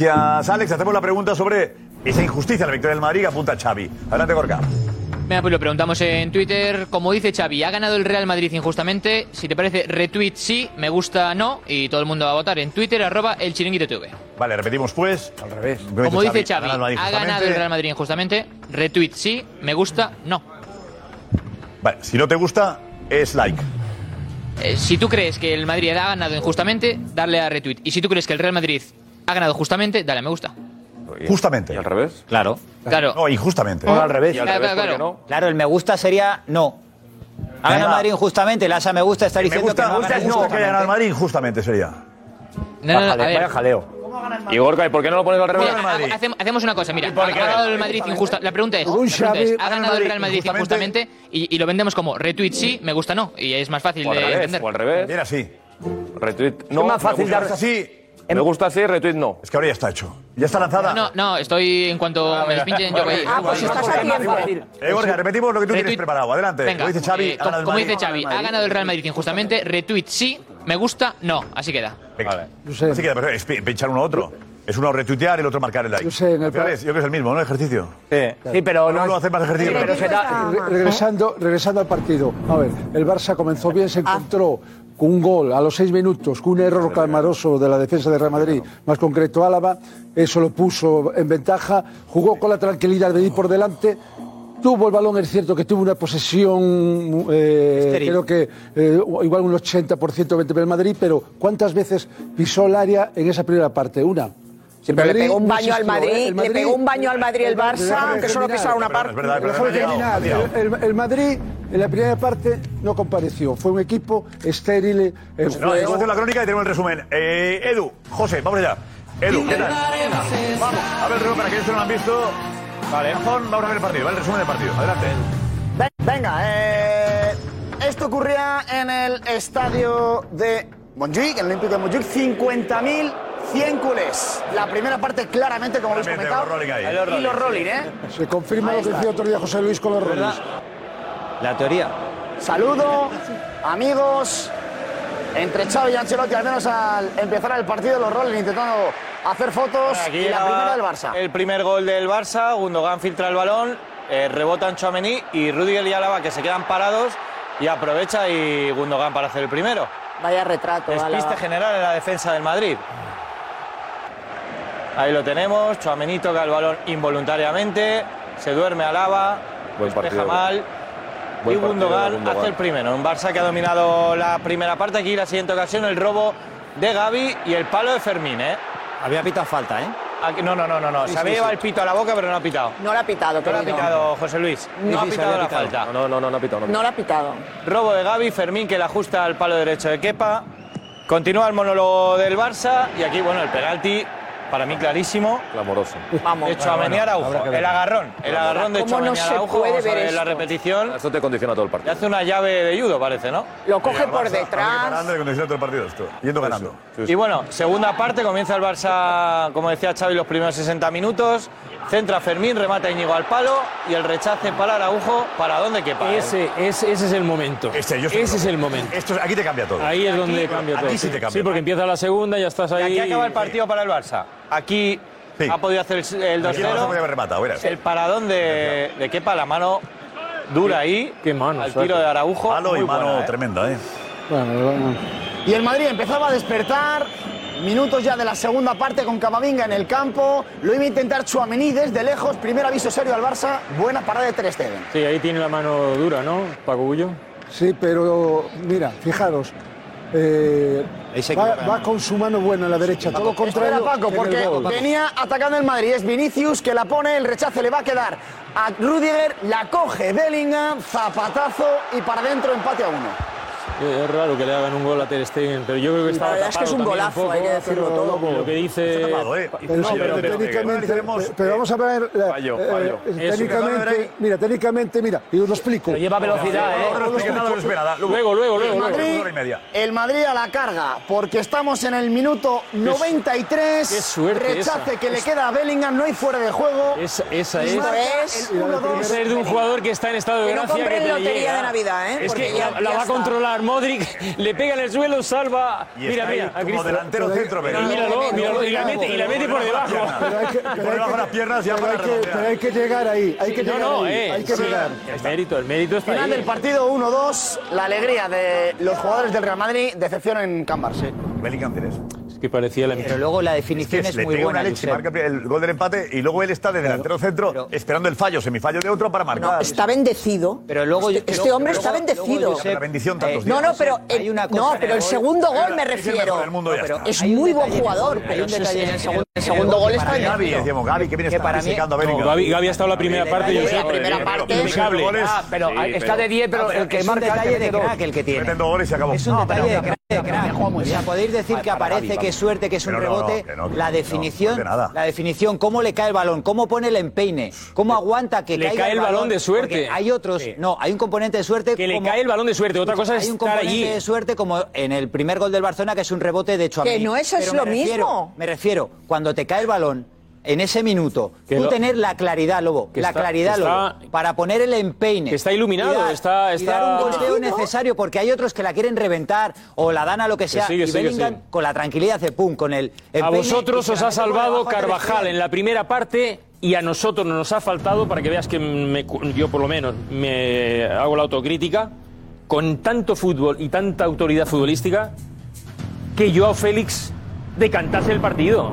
[SPEAKER 2] Gracias, Alex. Hacemos la pregunta sobre esa injusticia, la victoria del Madrid, que apunta Xavi. Adelante, Gorka.
[SPEAKER 17] Venga, pues lo preguntamos en Twitter. Como dice Xavi, ¿ha ganado el Real Madrid injustamente? Si te parece, retweet sí, me gusta no. Y todo el mundo va a votar en Twitter, arroba el chiringuito TV.
[SPEAKER 2] Vale, repetimos pues. Al revés.
[SPEAKER 17] Como dice Xavi, ¿ha ganado el Real Madrid injustamente? Retweet sí, me gusta no.
[SPEAKER 2] Vale, si no te gusta, es like.
[SPEAKER 17] Eh, si tú crees que el Madrid ha ganado injustamente, darle a retweet. Y si tú crees que el Real Madrid ha ganado justamente, dale a me gusta.
[SPEAKER 2] Justamente. ¿Y al
[SPEAKER 17] revés? Claro. Claro.
[SPEAKER 2] No, injustamente.
[SPEAKER 17] O al revés. Y al Claro, revés, claro, ¿por qué claro.
[SPEAKER 5] Claro, el me gusta sería no. Ha ganado Madrid injustamente, le das a me gusta, está
[SPEAKER 2] Me
[SPEAKER 5] diciendo
[SPEAKER 2] gusta,
[SPEAKER 5] que no. ha
[SPEAKER 2] gusta es
[SPEAKER 5] ganado
[SPEAKER 2] no, que haya ganado el
[SPEAKER 5] injustamente.
[SPEAKER 2] Madrid injustamente sería.
[SPEAKER 17] No, no, no, a ver.
[SPEAKER 12] Y Gorka, ¿y por qué no lo pones al revés?
[SPEAKER 17] Mira, ha- hace- hacemos una cosa, mira, ha ha
[SPEAKER 12] qué?
[SPEAKER 17] ganado el Madrid injusta. La pregunta es, la pregunta es, ¿ha ganado el Real Madrid injustamente? Y, y lo vendemos como retweet sí, me gusta no. Y es más fácil
[SPEAKER 12] O al
[SPEAKER 17] de
[SPEAKER 12] revés,
[SPEAKER 17] entender.
[SPEAKER 12] o al revés.
[SPEAKER 2] Mira, sí.
[SPEAKER 12] Retweet. No,
[SPEAKER 17] más fácil
[SPEAKER 12] me gusta
[SPEAKER 17] dar- Em-
[SPEAKER 2] así.
[SPEAKER 12] Me gusta así, retweet no.
[SPEAKER 2] Es que ahora ya está hecho. Ya está lanzada. Ah,
[SPEAKER 17] No, no, estoy en cuanto me despinchen yo voy.
[SPEAKER 2] pues Eh, Gorka, repetimos lo que tú tienes
[SPEAKER 17] Retweet.
[SPEAKER 2] preparado. Adelante.
[SPEAKER 17] Venga,
[SPEAKER 2] Como dice Xavi,
[SPEAKER 17] eh,
[SPEAKER 2] ha ganado
[SPEAKER 17] como,
[SPEAKER 2] el
[SPEAKER 17] como
[SPEAKER 2] Madrid.
[SPEAKER 17] dice Xavi, ha ganado el Real Madrid injustamente, retweet sí, me gusta no. Así queda.
[SPEAKER 2] Venga. Así que pero es pi- pinchar uno a otro. Es uno retuitear y el otro marcar el like. Yo sé, yo creo que es el mismo, ¿no? Ejercicio.
[SPEAKER 18] Sí, pero
[SPEAKER 2] no. lo hace más ejercicio.
[SPEAKER 18] Pero será- re- regresando, regresando al partido, a ver, el Barça comenzó bien, se encontró con un gol a los seis minutos, con un error calmaroso de la defensa de Real Madrid, más concreto Álava, eso lo puso en ventaja, jugó con la tranquilidad de ir por delante. Tuvo el balón, es cierto que tuvo una posesión, eh, creo que eh, igual un 80%, 20% del Madrid, pero ¿cuántas veces pisó el área en esa primera parte? Una.
[SPEAKER 8] Sí, pero le
[SPEAKER 18] Madrid
[SPEAKER 8] pegó un
[SPEAKER 18] no
[SPEAKER 8] baño
[SPEAKER 18] insistió,
[SPEAKER 8] al
[SPEAKER 18] ¿eh?
[SPEAKER 8] Madrid,
[SPEAKER 18] El
[SPEAKER 8] le pegó un baño al Madrid el Barça,
[SPEAKER 18] Déjame
[SPEAKER 8] aunque solo
[SPEAKER 18] terminar.
[SPEAKER 8] pisara una
[SPEAKER 18] Perdón,
[SPEAKER 8] parte.
[SPEAKER 18] es verdad, es verdad, Déjame me he terminar. liado, me he El, el Madrid en la primera parte no compareció, fue un equipo estéril en
[SPEAKER 2] No, tenemos que
[SPEAKER 18] juego.
[SPEAKER 2] hacer la crónica y tenemos el resumen. Eh, Edu, José, vamos allá. Edu, ¿qué tal? Vamos, a ver el resumen para aquellos que no lo han visto. Vale, Gijón, vamos a ver el partido, ¿vale? El resumen del partido. Adelante.
[SPEAKER 5] Ve- Venga, eh, esto ocurría en el estadio de Montjuic, en el Olímpico de Montjuic, 50.100 culés. La primera parte claramente, como habéis
[SPEAKER 18] Claramente,
[SPEAKER 5] comentado,
[SPEAKER 18] los rolling ahí.
[SPEAKER 5] y los rolling, ¿eh?
[SPEAKER 18] Se confirma lo que decía otro día José Luis con los Robles.
[SPEAKER 5] La teoría. Saludo, amigos. Entre Xavi y Ancelotti, al menos al empezar el partido, los Rolling intentando hacer fotos.
[SPEAKER 1] Aquí
[SPEAKER 5] y la
[SPEAKER 1] llega
[SPEAKER 5] primera del Barça.
[SPEAKER 1] El primer gol del Barça, Gundogan filtra el balón, eh, rebotan Chouameni y Rudiger y Álava que se quedan parados y aprovecha y Gundogan para hacer el primero.
[SPEAKER 8] Vaya retrato,
[SPEAKER 1] Despiste
[SPEAKER 8] Álava.
[SPEAKER 1] general en la defensa del Madrid. Ahí lo tenemos. Chuamení toca el balón involuntariamente. Se duerme Alaba.
[SPEAKER 12] Buen partido.
[SPEAKER 1] Deja mal.
[SPEAKER 12] Buen
[SPEAKER 1] y
[SPEAKER 12] partido,
[SPEAKER 1] Gundogan,
[SPEAKER 12] Gundogan.
[SPEAKER 1] hace el primero. Un Barça que ha dominado la primera parte. Aquí la siguiente ocasión, el robo de Gaby y el palo de Fermín. ¿eh? Había pitado falta, ¿eh? no, no, no, no. no.
[SPEAKER 19] Sí,
[SPEAKER 1] Se había
[SPEAKER 19] sí,
[SPEAKER 1] llevado
[SPEAKER 19] sí.
[SPEAKER 1] el pito a la boca, pero no ha pitado.
[SPEAKER 8] No la ha pitado,
[SPEAKER 1] No la ha
[SPEAKER 8] querido.
[SPEAKER 1] pitado José Luis.
[SPEAKER 8] Sí,
[SPEAKER 1] No ha
[SPEAKER 8] sí, se
[SPEAKER 1] pitado la
[SPEAKER 8] había pitado.
[SPEAKER 1] falta. No, no, no, no ha pitado.
[SPEAKER 8] No la ha pitado.
[SPEAKER 1] Robo de Gaby, Fermín que la ajusta al palo derecho de Kepa. Continúa el monólogo del Barça y aquí, bueno, el penalti, para mí clarísimo. Clamoroso.
[SPEAKER 8] Vamos.
[SPEAKER 1] De Chouameni
[SPEAKER 12] Bueno, bueno,
[SPEAKER 1] Araujo,
[SPEAKER 12] habrá que
[SPEAKER 1] el
[SPEAKER 12] verlo.
[SPEAKER 1] agarrón. El
[SPEAKER 12] Ahora,
[SPEAKER 1] agarrón de
[SPEAKER 8] ¿cómo no
[SPEAKER 1] Chouameni
[SPEAKER 8] se
[SPEAKER 1] Araujo.
[SPEAKER 8] puede
[SPEAKER 1] Vamos a
[SPEAKER 8] ver
[SPEAKER 1] ver la
[SPEAKER 8] esto?
[SPEAKER 1] repetición.
[SPEAKER 12] Esto te condiciona todo el partido.
[SPEAKER 1] Le hace una llave de judo, parece, ¿no?
[SPEAKER 8] Lo
[SPEAKER 2] coge por detrás. Ganando y condicionando todo el partido esto. Yendo ganando.
[SPEAKER 1] Y bueno, segunda parte, comienza el Barça, como decía Xavi, los primeros 60 minutos. Centra Fermín, remata Íñigo al palo y el rechace para Araujo, ¿para dónde quepa? eh?
[SPEAKER 7] Ese, ese, ese es el momento. ese es el momento.
[SPEAKER 2] aquí te cambia todo.
[SPEAKER 7] Ahí es
[SPEAKER 1] Aquí-
[SPEAKER 7] donde cambia
[SPEAKER 1] aquí
[SPEAKER 7] todo.
[SPEAKER 1] sí te cambia.
[SPEAKER 7] Sí, porque empieza la segunda, ya estás ahí.
[SPEAKER 1] Aquí acaba el partido para el Barça. Aquí ha podido hacer el- el
[SPEAKER 7] Aquí el Barça podía haber
[SPEAKER 1] 2-0.
[SPEAKER 7] rematado, verás.
[SPEAKER 1] el paradón de, de Kepa, la mano dura ahí. Qué mano. Al tiro de Araujo.
[SPEAKER 2] Palo y
[SPEAKER 1] muy
[SPEAKER 2] mano
[SPEAKER 1] buena, ¿eh?
[SPEAKER 2] tremenda, ¿eh?
[SPEAKER 19] Y el Madrid empezaba a despertar. Minutos ya de la segunda parte con Camavinga en el campo. Lo iba a intentar Chuamení desde lejos. Primer aviso serio al Barça. Buena parada de Ter Stegen.
[SPEAKER 7] Sí, ahí tiene la mano dura, ¿no? Paco Bullo.
[SPEAKER 18] Sí, pero mira, fijaros. eh,
[SPEAKER 7] se
[SPEAKER 18] va,
[SPEAKER 7] equivoca,
[SPEAKER 18] va
[SPEAKER 7] ¿no?
[SPEAKER 18] con su mano buena en la derecha, todo lo contrario.
[SPEAKER 19] Espera, Paco,
[SPEAKER 18] que en el
[SPEAKER 19] porque
[SPEAKER 18] gol.
[SPEAKER 19] venía atacando el Madrid. Es Vinicius que la pone, el rechace le va a quedar a Rudiger, la coge Bellingham, zapatazo y para adentro empate a uno.
[SPEAKER 7] Eh, Es raro que le hagan un gol a Ter Stegen, pero yo creo que
[SPEAKER 19] Sí,
[SPEAKER 7] está
[SPEAKER 19] la verdad es que es un golazo, hay que decirlo todo.
[SPEAKER 7] Lo que dice...
[SPEAKER 18] Pero, sí, pero técnicamente, pero- pero vamos a ver. eh,
[SPEAKER 7] fallo,
[SPEAKER 18] eh,
[SPEAKER 7] fallo.
[SPEAKER 18] eh,
[SPEAKER 7] Eso.
[SPEAKER 18] técnicamente, mira, técnicamente, mira, y os lo explico.
[SPEAKER 7] Pero lleva velocidad, ¿eh?
[SPEAKER 18] Os lo explico.
[SPEAKER 7] Luego, luego, luego. luego.
[SPEAKER 19] El Madrid, el Madrid a la carga, porque estamos en el minuto
[SPEAKER 7] qué
[SPEAKER 19] 93.
[SPEAKER 7] suerte
[SPEAKER 19] Rechace
[SPEAKER 7] esa.
[SPEAKER 19] que le queda a Bellingham, no hay fuera de juego.
[SPEAKER 7] Esa, esa
[SPEAKER 19] Y
[SPEAKER 7] es.
[SPEAKER 19] marca el 1-2.
[SPEAKER 7] Esa es de un jugador que está en estado de
[SPEAKER 19] Que no
[SPEAKER 7] gracia.
[SPEAKER 19] compren
[SPEAKER 7] que te
[SPEAKER 19] lotería
[SPEAKER 7] llega.
[SPEAKER 19] de Navidad, ¿eh?
[SPEAKER 7] Es
[SPEAKER 19] Porque
[SPEAKER 7] que
[SPEAKER 19] ya-
[SPEAKER 7] la,
[SPEAKER 19] ya
[SPEAKER 7] la va a
[SPEAKER 19] está.
[SPEAKER 7] controlar Modric, le pega en el suelo, salva.
[SPEAKER 2] Y
[SPEAKER 7] mira,
[SPEAKER 2] está ahí
[SPEAKER 7] mira, a
[SPEAKER 2] como
[SPEAKER 7] Cristo.
[SPEAKER 2] delantero
[SPEAKER 7] Pero-
[SPEAKER 2] centro,
[SPEAKER 7] pero
[SPEAKER 2] pero-
[SPEAKER 7] míralo, míralo, y la mete, y la mete por debajo.
[SPEAKER 18] Pero hay que,
[SPEAKER 2] Por
[SPEAKER 18] pero hay
[SPEAKER 2] debajo
[SPEAKER 18] que-
[SPEAKER 2] las piernas ya
[SPEAKER 18] pero
[SPEAKER 2] para
[SPEAKER 18] hay que, pero hay que llegar ahí, hay que
[SPEAKER 7] No,
[SPEAKER 18] llegar
[SPEAKER 7] no,
[SPEAKER 18] ahí,
[SPEAKER 7] eh.
[SPEAKER 18] hay que
[SPEAKER 7] sí,
[SPEAKER 18] llegar.
[SPEAKER 7] El mérito, el mérito está
[SPEAKER 19] Final del
[SPEAKER 7] ahí.
[SPEAKER 19] partido 1-2, la alegría de los jugadores del Real Madrid, decepción en Can Barça.
[SPEAKER 2] Bellingham tiene eso.
[SPEAKER 7] Es que parecía la
[SPEAKER 2] Pero
[SPEAKER 19] luego la
[SPEAKER 2] Que le pega una leche, marca el gol del empate y luego él está de delantero centro esperando el fallo, semifallo de otro para marcar.
[SPEAKER 8] No, está bendecido.
[SPEAKER 2] Pero luego-
[SPEAKER 8] este, este
[SPEAKER 2] luego-
[SPEAKER 8] hombre
[SPEAKER 2] luego-
[SPEAKER 8] está bendecido.
[SPEAKER 2] luego, Josep, La bendición tantos
[SPEAKER 8] eh, No,
[SPEAKER 2] días.
[SPEAKER 8] no, pero
[SPEAKER 13] Eh,
[SPEAKER 8] el,
[SPEAKER 2] Hay una cosa
[SPEAKER 8] no,
[SPEAKER 2] en el
[SPEAKER 8] pero el
[SPEAKER 2] gol-
[SPEAKER 8] segundo gol me
[SPEAKER 2] Es el mejor
[SPEAKER 8] refiero.
[SPEAKER 2] del mundo, ya está.
[SPEAKER 8] Es muy buen jugador. Pero hay un detalle en el segundo, el segundo gol está en
[SPEAKER 2] Gaby,
[SPEAKER 8] el
[SPEAKER 2] decíamos, Gaby, que viene
[SPEAKER 8] Que
[SPEAKER 2] está
[SPEAKER 8] para mí-
[SPEAKER 2] criticando a
[SPEAKER 7] No,
[SPEAKER 2] Bellingham.
[SPEAKER 7] Gaby, Gaby ha estado la primera parte. yo sé, joder, impecable.
[SPEAKER 2] Ah,
[SPEAKER 13] pero está de 10, pero el que marca el que quedó.
[SPEAKER 2] Meten dos goles y acabó.
[SPEAKER 13] Es un detalle de crack, de crack. O sea, podéis decir
[SPEAKER 2] Para-
[SPEAKER 13] que
[SPEAKER 2] para
[SPEAKER 13] aparece,
[SPEAKER 2] Gavi,
[SPEAKER 13] que
[SPEAKER 2] vamos.
[SPEAKER 13] suerte, que es un
[SPEAKER 2] Pero no, no,
[SPEAKER 13] rebote.
[SPEAKER 2] que no, que no,
[SPEAKER 13] La
[SPEAKER 2] no,
[SPEAKER 13] definición,
[SPEAKER 2] de nada.
[SPEAKER 13] la definición, cómo le cae el balón, cómo pone el empeine, cómo aguanta que
[SPEAKER 7] Le
[SPEAKER 13] caiga
[SPEAKER 7] cae el balón de suerte.
[SPEAKER 13] porque Hay otros, no, hay un componente de suerte.
[SPEAKER 7] Que le cae el balón de suerte, otra cosa es
[SPEAKER 13] Hay un
[SPEAKER 7] estar
[SPEAKER 13] componente
[SPEAKER 7] allí.
[SPEAKER 13] de suerte como en el primer gol del Barcelona, que es un rebote de Chouameni.
[SPEAKER 8] Que no, eso es
[SPEAKER 13] Pero
[SPEAKER 8] lo
[SPEAKER 13] me refiero-
[SPEAKER 8] mismo.
[SPEAKER 13] Me refiero, cuando te cae el balón. En ese minuto,
[SPEAKER 7] Que
[SPEAKER 13] tú
[SPEAKER 7] lo-
[SPEAKER 13] tener la claridad, Lobo,
[SPEAKER 7] que
[SPEAKER 13] la
[SPEAKER 7] está-
[SPEAKER 13] claridad,
[SPEAKER 7] que está-
[SPEAKER 13] Lobo, para poner el empeine.
[SPEAKER 7] Que está iluminado,
[SPEAKER 13] y dar-
[SPEAKER 7] está-
[SPEAKER 13] y
[SPEAKER 7] está-
[SPEAKER 13] dar un golpeo
[SPEAKER 7] Conocido.
[SPEAKER 13] necesario, porque hay otros que la quieren reventar o la dan a lo que
[SPEAKER 7] Que
[SPEAKER 13] sea.
[SPEAKER 7] sí, que
[SPEAKER 13] y
[SPEAKER 7] sí, que
[SPEAKER 13] Bellingham,
[SPEAKER 7] sí.
[SPEAKER 13] con la tranquilidad hace pum, con el
[SPEAKER 7] A
[SPEAKER 13] empeine
[SPEAKER 7] vosotros
[SPEAKER 13] y se
[SPEAKER 7] os
[SPEAKER 13] la
[SPEAKER 7] ha
[SPEAKER 13] mete por
[SPEAKER 7] salvado
[SPEAKER 13] debajo a Ter
[SPEAKER 7] Carvajal
[SPEAKER 13] Stegen.
[SPEAKER 7] en la primera parte y a nosotros nos ha faltado, para que veas que me cu- yo por lo menos me hago la autocrítica, con tanto fútbol y tanta autoridad futbolística, que Joao Félix decantase el partido.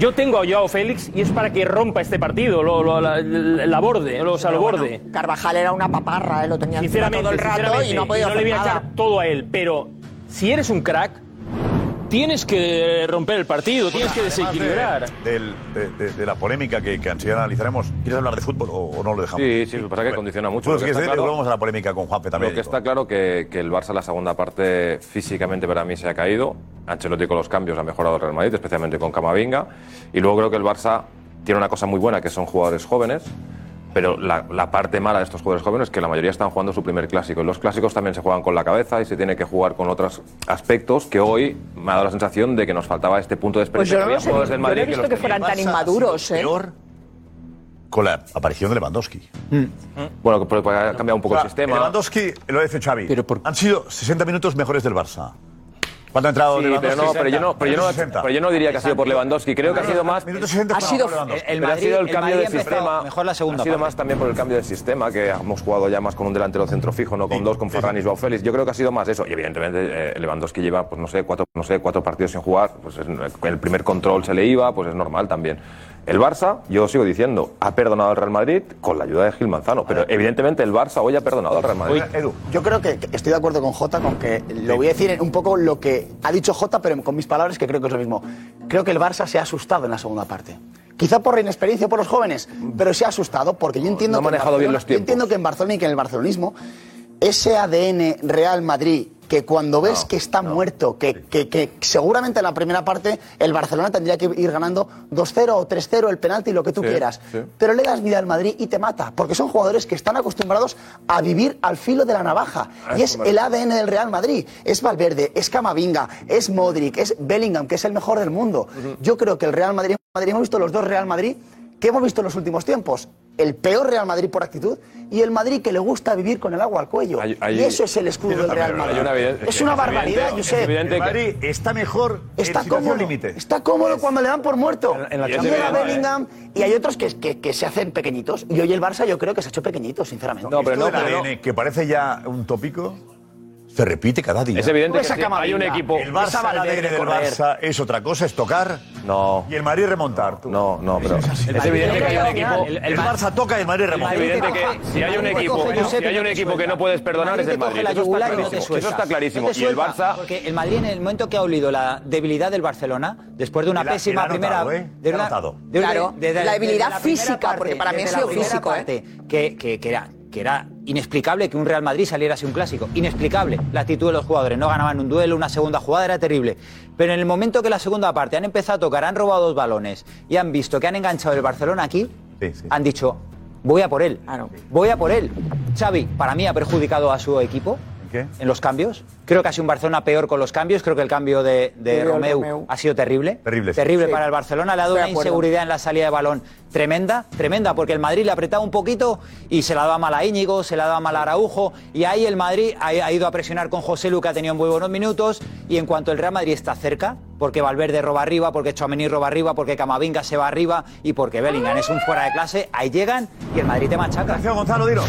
[SPEAKER 7] Yo tengo a Joao Félix y es para que rompa este partido, lo, lo- la, la- la borde, lo, o sea, lo
[SPEAKER 8] Pero
[SPEAKER 7] borde.
[SPEAKER 8] bueno, Carvajal era una paparra, ¿eh? lo tenía encima
[SPEAKER 7] Sinceramente,
[SPEAKER 8] todo el rato
[SPEAKER 7] sinceramente,
[SPEAKER 8] y no ha podido
[SPEAKER 7] le
[SPEAKER 8] hacer
[SPEAKER 7] voy a
[SPEAKER 8] nada.
[SPEAKER 7] echar todo a él, pero si eres un crack, tienes que romper el partido, tienes que
[SPEAKER 2] Además de-
[SPEAKER 7] desequilibrar.
[SPEAKER 2] del- De, de- de la polémica que, que enseguida analizaremos, ¿quieres hablar de fútbol o, o no lo dejamos?
[SPEAKER 12] Sí, sí, lo que pasa es que condiciona mucho.
[SPEAKER 2] Bueno,
[SPEAKER 12] Lo
[SPEAKER 2] si
[SPEAKER 12] que
[SPEAKER 2] quieres,
[SPEAKER 12] está claro-
[SPEAKER 2] volvemos a la polémica con Juanpe también.
[SPEAKER 12] Lo que está claro que, que el Barça la segunda parte físicamente para mí se ha caído. Ancelotti con los cambios ha mejorado el Real Madrid, especialmente con Camavinga. Y luego creo que el Barça tiene una cosa muy buena, que son jugadores jóvenes. Pero la, la parte mala de estos jugadores jóvenes es que la mayoría están jugando su primer clásico. Y los clásicos también se juegan con la cabeza y se tiene que jugar con otros aspectos que hoy me ha dado la sensación de que nos faltaba este punto de
[SPEAKER 8] Pues
[SPEAKER 12] experiencia. que
[SPEAKER 8] yo no lo
[SPEAKER 12] había
[SPEAKER 8] sé,
[SPEAKER 12] jugadores
[SPEAKER 8] yo
[SPEAKER 12] del
[SPEAKER 8] no
[SPEAKER 12] Madrid
[SPEAKER 8] he
[SPEAKER 12] que
[SPEAKER 8] visto
[SPEAKER 12] los
[SPEAKER 8] que
[SPEAKER 12] tenían.
[SPEAKER 8] fueran tan inmaduros, ¿eh?
[SPEAKER 2] Con la aparición de Lewandowski.
[SPEAKER 12] Bueno, pues ha cambiado un poco
[SPEAKER 2] O sea,
[SPEAKER 12] el sistema.
[SPEAKER 2] Lewandowski, lo dice Xavi, han sido 60 minutos mejores del Barça. ¿Cuánto ha entrado
[SPEAKER 12] Sí, pero
[SPEAKER 2] Lewandowski?
[SPEAKER 12] no, pero yo no, pero yo no,
[SPEAKER 2] 60.
[SPEAKER 12] pero yo no diría que ha sido por Lewandowski. Creo que ha sido más.
[SPEAKER 2] Minuto 60
[SPEAKER 12] Ha
[SPEAKER 2] por
[SPEAKER 12] sido-
[SPEAKER 2] Lewandowski.
[SPEAKER 19] eh,
[SPEAKER 12] el- el eh, Pero ha Madrid- sido el el cambio Madrid de empezó sistema.
[SPEAKER 13] Mejor la
[SPEAKER 12] Ha
[SPEAKER 13] segunda.
[SPEAKER 12] sido
[SPEAKER 13] parte.
[SPEAKER 12] más también por el cambio de sistema, que hemos jugado ya más con un delantero centro fijo, no con dos, con Ferran y Joao Félix. Yo creo que ha sido más eso. Y evidentemente eh, Lewandowski lleva, pues no sé, cuatro, no sé, cuatro partidos sin jugar. Pues es- el primer control se le iba, pues es normal también. El Barça, yo sigo diciendo, ha perdonado al Real Madrid con la ayuda de Gil Manzano. Pero evidentemente el Barça hoy ha perdonado al Real Madrid.
[SPEAKER 19] Yo creo que que estoy de acuerdo con Jota, con que lo voy a decir un poco lo que ha dicho Jota, pero con mis palabras que creo que es lo mismo. Creo que el Barça se ha asustado en la segunda parte. Quizá por la inexperiencia por los jóvenes, pero se ha asustado porque yo entiendo,
[SPEAKER 12] Mm. No ha
[SPEAKER 19] que en
[SPEAKER 12] manejado bien
[SPEAKER 19] Barcelona-
[SPEAKER 12] los
[SPEAKER 19] yo entiendo que en Barcelona y que en el barcelonismo ese ADN Real Madrid que cuando ves que está muerto, que, que- que seguramente en la primera parte el Barcelona tendría que ir ganando 2-0 o 3-0 el penalti, lo que tú
[SPEAKER 12] Sí,
[SPEAKER 19] quieras.
[SPEAKER 12] sí.
[SPEAKER 19] Pero le das vida al Madrid y te mata, porque son jugadores que están acostumbrados a vivir al filo de la navaja.
[SPEAKER 12] Ah,
[SPEAKER 19] Y es
[SPEAKER 12] eso me-
[SPEAKER 19] el ADN del Real Madrid. Es Valverde, es Camavinga, es Modric, es Bellingham, que es el mejor del mundo. Yo creo que el Real Madrid, Madrid- hemos visto los dos Real Madrid que hemos visto en los últimos tiempos. El peor Real Madrid por actitud y el Madrid que le gusta vivir con el agua al cuello.
[SPEAKER 12] hay-
[SPEAKER 19] y eso es el escudo del Real Madrid.
[SPEAKER 12] Hay una evidencia-
[SPEAKER 19] es una
[SPEAKER 12] es evidente-
[SPEAKER 19] barbaridad,
[SPEAKER 12] es
[SPEAKER 19] Josep.
[SPEAKER 12] evidente que-
[SPEAKER 2] está mejor
[SPEAKER 19] está
[SPEAKER 2] situación
[SPEAKER 19] cómodo,
[SPEAKER 2] límite.
[SPEAKER 19] Está cómodo cuando le dan por muerto.
[SPEAKER 2] en la
[SPEAKER 19] Llega
[SPEAKER 2] Champions, ¿eh?
[SPEAKER 19] Bellingham y hay otros que, que- que se hacen pequeñitos. Y hoy el Barça yo creo que se ha hecho pequeñito, sinceramente.
[SPEAKER 2] Esto del ADN, que parece ya un tópico, se repite cada día.
[SPEAKER 12] Es evidente Tú ves que a sí, Camavinga, hay un equipo-
[SPEAKER 2] El Barça,
[SPEAKER 12] esa
[SPEAKER 2] el
[SPEAKER 12] Valverde
[SPEAKER 2] ADN del
[SPEAKER 12] correr.
[SPEAKER 2] Barça es otra cosa, es tocar.
[SPEAKER 12] No.
[SPEAKER 2] Y el Madrid remontar.
[SPEAKER 12] No, no, pero.
[SPEAKER 2] Es
[SPEAKER 12] evidente que hay un equipo-
[SPEAKER 2] El,
[SPEAKER 12] el Mar-
[SPEAKER 2] Barça toca y el Madrid remonta.
[SPEAKER 12] Es evidente que si hay un equipo, si hay un equipo que no puedes perdonar es el Madrid. Eso está clarísimo. Eso está clarísimo. Y el Barça
[SPEAKER 13] Porque el Madrid, en el momento que ha olido la debilidad del Barcelona, después de una
[SPEAKER 2] Y la- y la
[SPEAKER 13] pésima
[SPEAKER 2] ha
[SPEAKER 13] primera.
[SPEAKER 2] notado, ¿eh?
[SPEAKER 13] de
[SPEAKER 2] La ha
[SPEAKER 13] una-
[SPEAKER 2] notado.
[SPEAKER 13] de una-
[SPEAKER 8] Claro,
[SPEAKER 13] desde
[SPEAKER 8] la
[SPEAKER 13] desde
[SPEAKER 8] debilidad
[SPEAKER 13] la primera
[SPEAKER 8] física, porque para mí
[SPEAKER 13] desde
[SPEAKER 8] ha sido
[SPEAKER 13] la primera
[SPEAKER 8] físico, ¿eh?
[SPEAKER 13] parte, que, que- que era, que era inexplicable que un Real Madrid saliera así un clásico. Inexplicable la actitud de los jugadores. No ganaban un duelo, una segunda jugada era terrible. Pero en el momento que la segunda parte han empezado a tocar, han robado dos balones y han visto que han enganchado el Barcelona aquí, han dicho, voy a por él. Voy a por él. Xavi, para mí ha perjudicado a su equipo. En los cambios. Creo que ha sido un Barcelona peor con los cambios. Creo que el cambio de, de
[SPEAKER 8] De
[SPEAKER 13] Romeu,
[SPEAKER 8] Romeu.
[SPEAKER 13] ha sido terrible.
[SPEAKER 2] Terrible, sí.
[SPEAKER 13] Terrible
[SPEAKER 2] Sí.
[SPEAKER 13] para el Barcelona. Le ha dado
[SPEAKER 8] Estoy
[SPEAKER 13] una
[SPEAKER 8] de acuerdo.
[SPEAKER 13] inseguridad en la salida de balón tremenda, tremenda, porque el Madrid le apretaba un poquito y se la daba mal a Íñigo, se la daba mal a Araujo. Y ahí el Madrid ha, ha ido a presionar con José Lu, que ha tenido muy buenos minutos. Y en cuanto el Real Madrid está cerca, porque Valverde roba arriba, porque Chouameni roba arriba, porque Camavinga se va arriba y porque Bellingham es un fuera de clase, ahí llegan y el Madrid te machaca.
[SPEAKER 2] Gonzalo, dilo.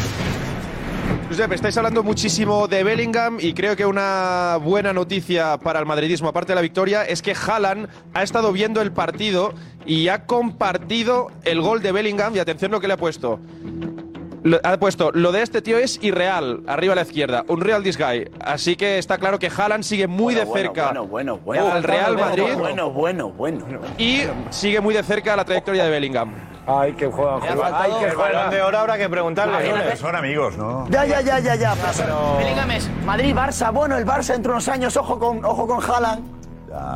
[SPEAKER 9] Josep, estáis hablando muchísimo de Bellingham y creo que una buena noticia para el madridismo, aparte de la victoria, es que Haaland ha estado viendo el partido y ha compartido el gol de Bellingham y atención lo que le ha puesto. Lo- ha puesto, lo de este tío es irreal, arriba a la izquierda, un real this guy. Así que está claro que Haaland sigue muy
[SPEAKER 19] Bueno,
[SPEAKER 9] de
[SPEAKER 19] bueno,
[SPEAKER 9] cerca
[SPEAKER 19] bueno, bueno, bueno.
[SPEAKER 9] al Real
[SPEAKER 19] Bueno,
[SPEAKER 9] Madrid
[SPEAKER 19] Bueno, bueno, bueno.
[SPEAKER 9] y sigue muy de cerca la trayectoria de Bellingham.
[SPEAKER 18] Ay, que juega,
[SPEAKER 9] Ay, que
[SPEAKER 1] El balón de oro habrá que preguntarle.
[SPEAKER 2] Son amigos, ¿no?
[SPEAKER 19] Ya, ya, ya, ya, ya. Bellingham es Madrid-Barça. Bueno, el Barça entre unos años, ojo con, ojo con Haaland.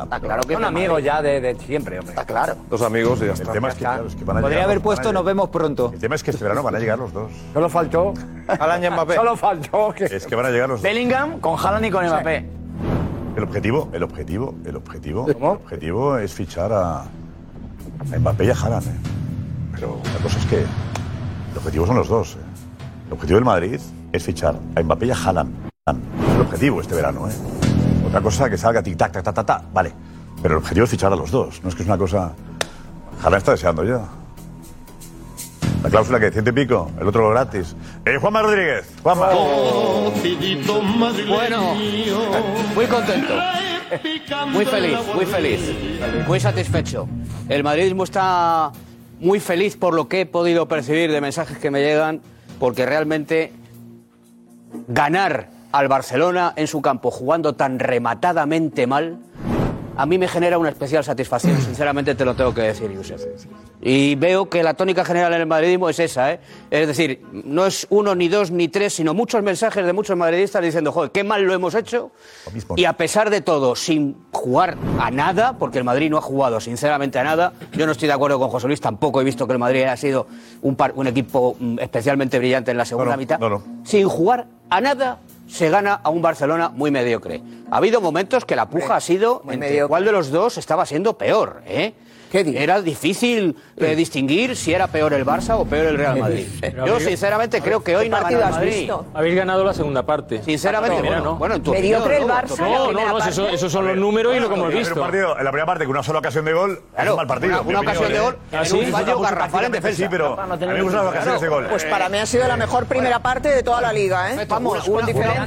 [SPEAKER 19] Está claro que
[SPEAKER 20] Son
[SPEAKER 19] es
[SPEAKER 20] amigos
[SPEAKER 19] Madrid.
[SPEAKER 20] ya de, de siempre, hombre.
[SPEAKER 19] Está claro.
[SPEAKER 12] Dos amigos y ya
[SPEAKER 2] El tema es que, claro, es que van a
[SPEAKER 13] Podría
[SPEAKER 2] llegar
[SPEAKER 13] haber
[SPEAKER 2] los- van a
[SPEAKER 13] puesto,
[SPEAKER 2] llegar.
[SPEAKER 13] nos vemos pronto.
[SPEAKER 2] El tema es que este verano van a llegar los dos.
[SPEAKER 20] Solo faltó.
[SPEAKER 1] Alan y Mbappé.
[SPEAKER 20] Solo faltó que.
[SPEAKER 2] Es que van a llegar los dos.
[SPEAKER 19] Bellingham con Haaland y con Mbappé.
[SPEAKER 2] El objetivo, el objetivo, el objetivo, el objetivo es fichar a, a Mbappé y a Haaland. ¿eh? Pero la cosa es que el objetivo son los dos. ¿eh? El objetivo del Madrid es fichar a Mbappé y a Haaland. Es el objetivo este verano. ¿eh? Otra cosa que salga tic tac tac tac tac, tac, vale. Pero el objetivo es fichar a los dos. No es que es una cosa. Haaland está deseando ya. La cláusula que ciento y pico, el otro gratis. Eh, Juanma Rodríguez. Juanma.
[SPEAKER 19] Oh,
[SPEAKER 21] Bueno, muy contento. Muy feliz, muy feliz. Muy satisfecho. El madridismo está muy feliz por lo que he podido percibir de mensajes que me llegan, porque realmente ganar al Barcelona en su campo jugando tan rematadamente mal, a mí me genera una especial satisfacción, sinceramente te lo tengo que decir, Josep. Y veo que la tónica general en el madridismo es esa, ¿eh? Es decir, no es uno, ni dos, ni tres, sino muchos mensajes de muchos madridistas diciendo, joder, qué mal lo hemos hecho. Y a pesar de todo, sin jugar a nada, porque el Madrid no ha jugado sinceramente a nada, yo no estoy de acuerdo con José Luis, tampoco he visto que el Madrid haya sido un, par- un equipo mm, especialmente brillante en la segunda mitad. Sin jugar a nada, se gana a un Barcelona muy mediocre. Ha habido momentos que la puja ha sido
[SPEAKER 20] muy
[SPEAKER 21] entre
[SPEAKER 20] mediocre.
[SPEAKER 21] cuál de los dos estaba siendo peor, ¿eh? Era difícil eh, distinguir si era peor el Barça o peor el Real Madrid.
[SPEAKER 7] Pero
[SPEAKER 21] Yo,
[SPEAKER 7] habéis-
[SPEAKER 21] sinceramente, creo que hoy
[SPEAKER 8] Este
[SPEAKER 21] no ha ganado el Madrid.
[SPEAKER 7] Habéis ganado la segunda parte.
[SPEAKER 21] Sinceramente,
[SPEAKER 7] Mira,
[SPEAKER 21] bueno,
[SPEAKER 7] no.
[SPEAKER 21] bueno, en tu
[SPEAKER 8] Mediocre
[SPEAKER 21] opinión,
[SPEAKER 8] el
[SPEAKER 21] ¿no?
[SPEAKER 8] Barça
[SPEAKER 7] en la No, no, primera no, si eso- parte. esos son los números y lo que hemos
[SPEAKER 2] En el
[SPEAKER 7] visto.
[SPEAKER 2] primer partido, en la primera parte, con una sola ocasión de gol, es un mal partido.
[SPEAKER 21] una-
[SPEAKER 2] en mi
[SPEAKER 21] una
[SPEAKER 2] opinión,
[SPEAKER 21] ocasión de
[SPEAKER 2] ¿eh?
[SPEAKER 21] gol,
[SPEAKER 2] Ah,
[SPEAKER 21] en
[SPEAKER 2] sí,
[SPEAKER 21] un
[SPEAKER 2] sí,
[SPEAKER 21] fallo
[SPEAKER 2] mucho
[SPEAKER 21] garrafal en
[SPEAKER 2] tácticamente,
[SPEAKER 21] defensa.
[SPEAKER 2] Sí, pero
[SPEAKER 21] Rafa,
[SPEAKER 2] a
[SPEAKER 21] no
[SPEAKER 2] mí
[SPEAKER 21] tenemos
[SPEAKER 2] me gustan las
[SPEAKER 21] ningún-
[SPEAKER 2] ocasiones de
[SPEAKER 21] Claro,
[SPEAKER 2] gol.
[SPEAKER 8] Pues para mí ha sido la mejor primera parte de toda la liga, ¿eh? Vamos, con diferencia.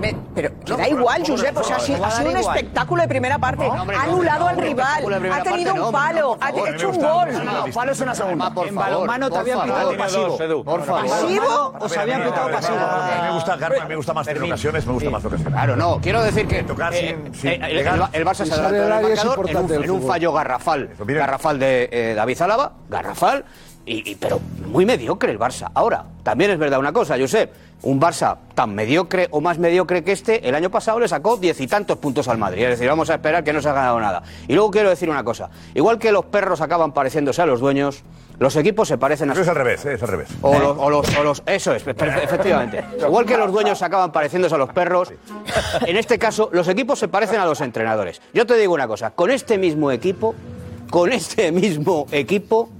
[SPEAKER 8] Me- Pero que da igual, Josep, o sea, ha sido, ha sido un espectáculo de primera parte. ha anulado al rival, ha tenido un palo, ha hecho un gol.
[SPEAKER 19] palo es una segunda.
[SPEAKER 21] por
[SPEAKER 19] En
[SPEAKER 21] favor,
[SPEAKER 19] balonmano te
[SPEAKER 21] por
[SPEAKER 19] habían
[SPEAKER 21] favor.
[SPEAKER 19] pitado
[SPEAKER 21] Tiene
[SPEAKER 2] pasivo.
[SPEAKER 21] dos, Edu. Por favor.
[SPEAKER 8] ¿Pasivo?
[SPEAKER 2] Os habían pitado pasivo. A mí me gusta, Carmen, me gusta más tener ocasiones, me gusta más ocasiones.
[SPEAKER 21] Claro, no, quiero decir que
[SPEAKER 2] Tocar
[SPEAKER 21] eh,
[SPEAKER 2] sin-
[SPEAKER 21] eh,
[SPEAKER 2] sin
[SPEAKER 21] el,
[SPEAKER 2] llegar.
[SPEAKER 21] el- el Barça se
[SPEAKER 2] Pisar
[SPEAKER 21] adelantó
[SPEAKER 2] el
[SPEAKER 21] en el
[SPEAKER 2] área
[SPEAKER 21] marcador
[SPEAKER 2] es
[SPEAKER 21] en un,
[SPEAKER 2] importante del
[SPEAKER 21] en un
[SPEAKER 2] fútbol.
[SPEAKER 21] fallo garrafal. Garrafal de eh, David Zálava, garrafal, y, y- pero muy mediocre el Barça. Ahora, también es verdad una cosa, Josep, un Barça tan mediocre o más mediocre que este, el año pasado le sacó diez y tantos puntos al Madrid. Es decir, vamos a esperar que no se ha ganado nada. Y luego quiero decir una cosa, igual que los perros acaban pareciéndose a los dueños, los equipos se parecen a
[SPEAKER 2] Pero es al revés, eh, es al revés.
[SPEAKER 21] o los, o los- o los- eso es, perfe- efectivamente. Igual que los
[SPEAKER 2] Ah,
[SPEAKER 21] dueños acaban pareciéndose a los perros, en este caso los equipos se parecen a los entrenadores. Yo te digo una cosa, con este mismo equipo, con este mismo equipo,